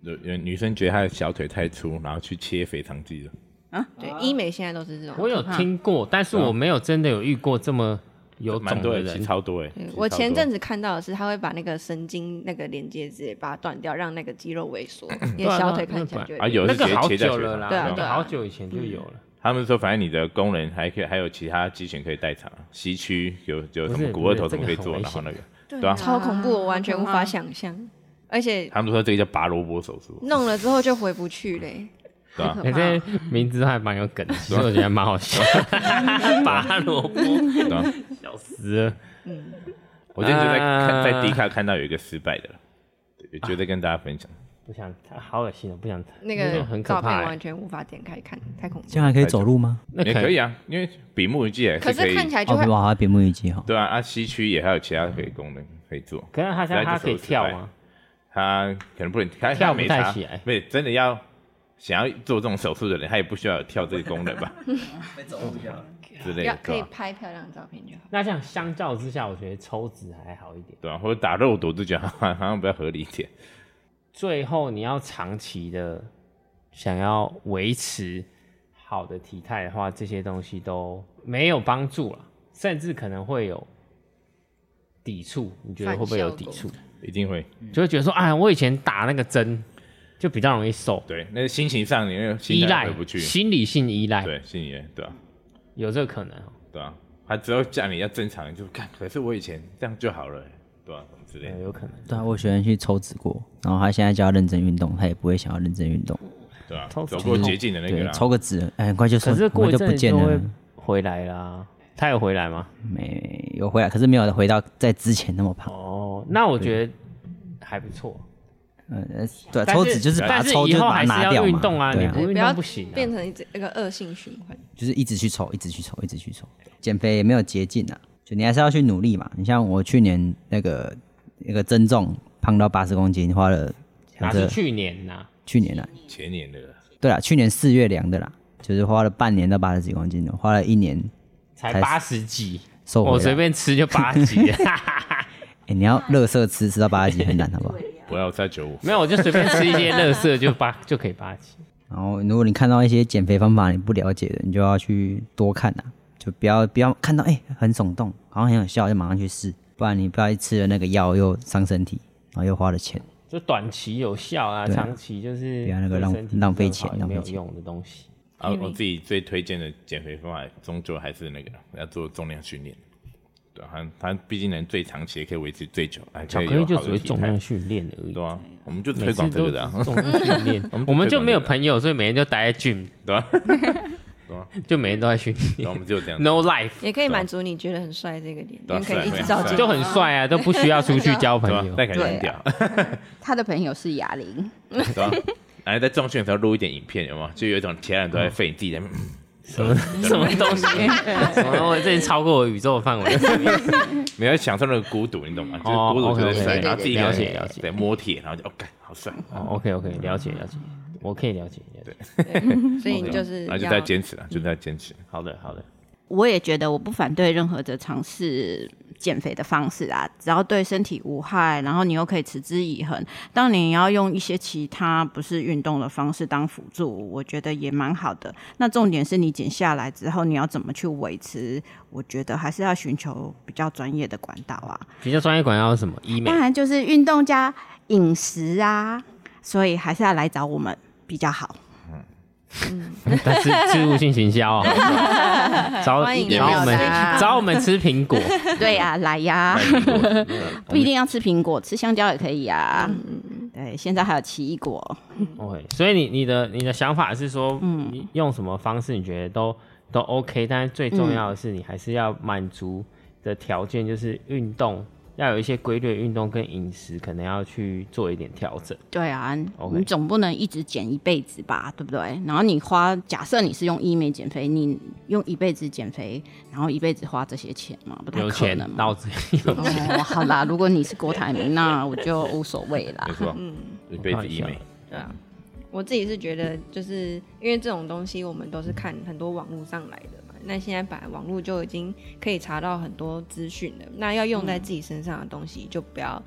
Speaker 5: 有有女生觉得她的小腿太粗，然后去切肥肠肌的，
Speaker 6: 对，医美现在都是这种。
Speaker 4: 啊我有听过，但是我没有真的有遇过这么有
Speaker 5: 啊蛮
Speaker 4: 种
Speaker 5: 多
Speaker 4: 的
Speaker 5: 人，其实
Speaker 4: 人。
Speaker 5: 超多哎
Speaker 6: 对，嗯我前阵子看到的是，他会把那个神经那个连接直接把它断掉，让那子肌肉萎 缩，你的小腿看起来就
Speaker 5: 啊有的
Speaker 4: 那
Speaker 5: 是
Speaker 4: 个
Speaker 5: 直接
Speaker 4: 好
Speaker 5: 切在
Speaker 4: 久
Speaker 5: 腿
Speaker 4: 了
Speaker 5: 上
Speaker 4: 啦，
Speaker 6: 对啊
Speaker 4: 那
Speaker 6: 对
Speaker 4: 个
Speaker 6: 啊
Speaker 4: 好久以前就有了。
Speaker 5: 他们说，反正你的功能还可以，还有其他肌群可以代偿，膝区有有什么
Speaker 4: 不是
Speaker 5: 股二头
Speaker 4: 不是
Speaker 5: 什么可以
Speaker 4: 这个很
Speaker 5: 做，然
Speaker 4: 危
Speaker 5: 后
Speaker 4: 险
Speaker 5: 那个对啊，
Speaker 6: 超恐怖，我完全无
Speaker 4: 啊
Speaker 6: 法想象，而且
Speaker 5: 他们说这个叫拔萝卜手术，
Speaker 6: 弄了之后就回不去嘞。
Speaker 5: 对啊，
Speaker 4: 你这名字还蛮有梗的，所以我觉得蛮好笑。 拔萝卜，
Speaker 5: 对啊。
Speaker 4: 笑死了！
Speaker 6: 嗯
Speaker 5: 我最近就在看
Speaker 4: 啊
Speaker 5: 在迪卡看到有一个失败的了，对就在跟大家分享，
Speaker 4: 不想，好恶心哦，不想。
Speaker 6: 那个
Speaker 4: 很可
Speaker 6: 照片
Speaker 4: 怕
Speaker 6: 完
Speaker 4: 欸，
Speaker 6: 全无法点开看，太恐怖
Speaker 1: 这
Speaker 6: 了。
Speaker 1: 样还可以走路吗？
Speaker 4: 那
Speaker 5: 也可以啊，因为比目鱼记也可
Speaker 6: 可是
Speaker 5: 以，
Speaker 6: 看起来就
Speaker 1: 哦，
Speaker 6: 会
Speaker 1: 对吧？好像比目鱼肌哈。
Speaker 5: 对啊，啊西区也还有其他可以功能可以做，
Speaker 4: 可是他现在他可以跳吗？
Speaker 5: 他可能不能，他
Speaker 4: 跳
Speaker 5: 他
Speaker 4: 不
Speaker 5: 没
Speaker 4: 太
Speaker 5: 差
Speaker 4: 起来
Speaker 5: 没有真的要想要做这种手术的人，他也不需要有跳这个功 能吧之类的，
Speaker 6: 要可
Speaker 5: 对
Speaker 6: 以
Speaker 4: 啊
Speaker 5: 吧？
Speaker 6: 拍漂亮的照片就好。
Speaker 4: 那这样相较之下，我觉得抽脂还好一点。
Speaker 5: 对啊，或者打肉毒就觉得好像比较合理一点。
Speaker 4: 最后你要长期的想要维持好的体态的话，这些东西都没有帮助了，甚至可能会有抵触。你觉得会不会有抵触？
Speaker 5: 一定会，
Speaker 4: 就会觉得说，哎，我以前打那个针就比较容易瘦，
Speaker 5: 对，那心情上你那个心
Speaker 4: 依
Speaker 5: 态
Speaker 4: 赖
Speaker 5: 回不去，
Speaker 4: 心理性依赖，
Speaker 5: 对，心里对啊，
Speaker 4: 有这个可能哦、
Speaker 5: 对啊，他只要叫你要正常，你就看，可是我以前这样就好了，对啊，什么之类的
Speaker 4: 对，。有可能。
Speaker 1: 对啊，我有学生去抽脂过，然后他现在就要认真运动，他也不会想要认真运动。
Speaker 5: 对啊，
Speaker 4: 抽
Speaker 5: 走
Speaker 4: 脂
Speaker 5: 过捷径的那个
Speaker 1: 对
Speaker 5: 啦，，
Speaker 1: 抽个脂，哎，很快就瘦，
Speaker 4: 可是
Speaker 1: 很
Speaker 4: 过
Speaker 1: 快
Speaker 4: 一
Speaker 1: 就
Speaker 4: 阵
Speaker 1: 不
Speaker 4: 子
Speaker 1: 见
Speaker 4: 就会
Speaker 1: 了。
Speaker 4: 回来啦。他有回来吗？
Speaker 1: 没有回来，可是没有回到在之前那么胖。
Speaker 4: 哦，那我觉得还不错。
Speaker 1: 呃，对啊，
Speaker 4: 但
Speaker 1: 抽脂就是把它
Speaker 4: 但是
Speaker 1: 抽，
Speaker 4: 以
Speaker 1: 就是
Speaker 4: 后
Speaker 1: 把它
Speaker 4: 还是
Speaker 1: 拿
Speaker 4: 要
Speaker 1: 掉嘛。
Speaker 4: 运动啊，
Speaker 1: 对
Speaker 4: 你
Speaker 1: 啊，
Speaker 4: 不运
Speaker 6: 要
Speaker 4: 动不行、啊。
Speaker 6: 变成一直一个恶性循环。
Speaker 1: 就是一直去抽，一直去抽，一直去抽。减肥也没有捷径啊，就你还是要去努力嘛。你像我去年那个那个增重胖到八十公斤，花了啊
Speaker 4: 哪
Speaker 1: 这
Speaker 4: 是去年呐、
Speaker 1: 去年啊，
Speaker 5: 前年的啦，
Speaker 1: 对啦，去年四月量的啦，就是花了半年到八十几公斤，花了一年
Speaker 4: 才
Speaker 1: 才
Speaker 4: 八十几，
Speaker 1: 瘦回来。
Speaker 4: 我哦随便吃就 八几，
Speaker 1: 哎、你要乐色吃吃到八十几很难，好不好？
Speaker 5: 不要再九五，
Speaker 4: 没有我就随便吃一些垃圾就八就可以八几。
Speaker 1: 然后如果你看到一些减肥方法你不了解的，你就要去多看啊，就不要不要看到哎、很耸动，好像很有效就马上去试，不然你不要吃了那个药又伤身体，然后又花了钱。
Speaker 4: 就短期有效啊，
Speaker 1: 对啊
Speaker 4: 长期就是
Speaker 1: 不要那个
Speaker 4: 对
Speaker 1: 浪
Speaker 4: 身体
Speaker 1: 浪费
Speaker 4: 不是很好
Speaker 1: 钱浪
Speaker 4: 没
Speaker 1: 费
Speaker 4: 有
Speaker 1: 钱
Speaker 4: 用的东西。
Speaker 5: 然啊后我自己最推荐的减肥方法，终究还是那个要做重量训练。对啊，它它毕竟能最长期，也可以维持最久，还
Speaker 4: 巧
Speaker 5: 可以
Speaker 4: 克力
Speaker 5: 有
Speaker 4: 就
Speaker 5: 好
Speaker 4: 只
Speaker 5: 的
Speaker 4: 会
Speaker 5: 体
Speaker 4: 重量
Speaker 5: 态。
Speaker 4: 训练而已
Speaker 5: 对，啊，我们就
Speaker 4: 每
Speaker 5: 推
Speaker 4: 次
Speaker 5: 广这
Speaker 4: 都
Speaker 5: 个
Speaker 4: 是
Speaker 5: 的啊，
Speaker 4: 重量训练
Speaker 5: 我们。不
Speaker 4: 我们
Speaker 5: 推
Speaker 4: 就
Speaker 5: 广
Speaker 4: 没有
Speaker 5: 这个
Speaker 4: 朋友，所以每天就待在 gym，
Speaker 5: 对啊，
Speaker 4: 就每天都在训
Speaker 5: 然后我们
Speaker 4: 练
Speaker 5: 就这啊样。
Speaker 4: ，no life，
Speaker 6: 也可以满足你觉得很帅这个点，
Speaker 5: 对啊
Speaker 6: 你可以一直
Speaker 5: 帅
Speaker 6: 照
Speaker 5: 帅
Speaker 6: 镜
Speaker 4: 就
Speaker 6: 子。
Speaker 4: 很帅啊，都不需要出去交朋
Speaker 5: 对吧？
Speaker 4: 友。
Speaker 5: 但感觉很屌，
Speaker 7: 他的朋友是哑铃，
Speaker 5: 对吧？然后在重训的时候录一点影片，有吗？就有一种其他人都在废，你自己在 那边嗯
Speaker 4: 什么什么东 西？什么？我这超过我宇宙范围。
Speaker 5: 没有享受那个孤独，你懂吗？就是
Speaker 4: 哦
Speaker 5: 孤独就是
Speaker 4: OK，OK，
Speaker 5: 帅，
Speaker 7: 对
Speaker 5: 然后自己
Speaker 4: 了解了解
Speaker 5: 对摸铁，然后就哦，干好帅，
Speaker 4: 哦，OK OK，了解了解，我可以了解了解。
Speaker 6: 所以你
Speaker 4: 啊
Speaker 6: 就是
Speaker 5: 然后就
Speaker 6: 要
Speaker 5: 在坚持了，就在坚持。
Speaker 4: 好的好的，
Speaker 7: 我也觉得我不反对任何的尝试减肥的方式啊，只要对身体无害，然后你又可以持之以恒。当你要用一些其他不是运动的方式当辅助，我觉得也蛮好的。那重点是你减下来之后，你要怎么去维持？我觉得还是要寻求比较专业的管道啊。
Speaker 4: 比较专业管要是什么？医美
Speaker 7: 当然就是运动加饮食啊，所以还是要来找我们比较好。
Speaker 4: 但是植入性行销哦， 找
Speaker 6: 欢迎
Speaker 4: 找我
Speaker 6: 表
Speaker 4: 们
Speaker 6: 达
Speaker 4: 找我们吃苹 果，嗯
Speaker 7: 对呀、来呀、不一定要吃苹果，吃香蕉也可以呀、
Speaker 6: 嗯
Speaker 7: 啊对，现在还有奇异果，
Speaker 4: OK，所以你你的你的想法是说，嗯，用什么方式你觉得都都 OK，但是最重要的是你还是要满足的条件就是运动。要有一些规律的运动跟饮食，可能要去做一点调整。
Speaker 7: 对啊
Speaker 4: OK
Speaker 7: 你总不能一直减一辈子吧，对不对？然后你花，假设你是用医美减肥，你用一辈子减肥，然后一辈子花这些钱嘛，不太
Speaker 4: 有
Speaker 7: 可
Speaker 4: 钱
Speaker 7: 能嘛。
Speaker 4: 脑子里有钱，
Speaker 7: 哦，好啦，如果你是郭台铭，那我就无所谓啦
Speaker 5: 没。错，一辈子医美，
Speaker 6: 对啊，我自己是觉得，就是因为这种东西我们都是看很多网络上来的嘛。那现在本来网络就已经可以查到很多资讯了，那要用在自己身上的东西，就不要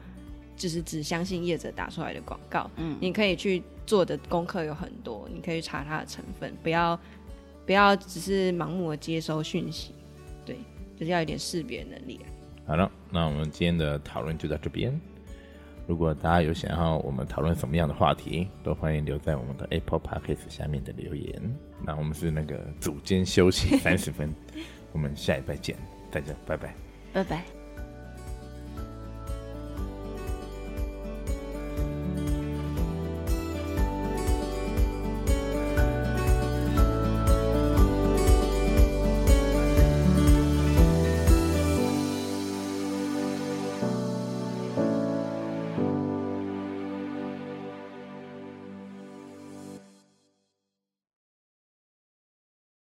Speaker 6: 就是只相信业者打出来的广告。嗯，你可以去做的功课有很多，你可以查它的成分，不要不要只是盲目的接收讯息。对，就是要有点识别能力啊、
Speaker 5: 好了，那我们今天的讨论就到这边。如果大家有想要我们讨论什么样的话题，都欢迎留在我们的 Apple Podcast 下面的留言。那我们是那个组间休息 三十分，我们下一拜见，大家拜拜。
Speaker 7: 拜拜。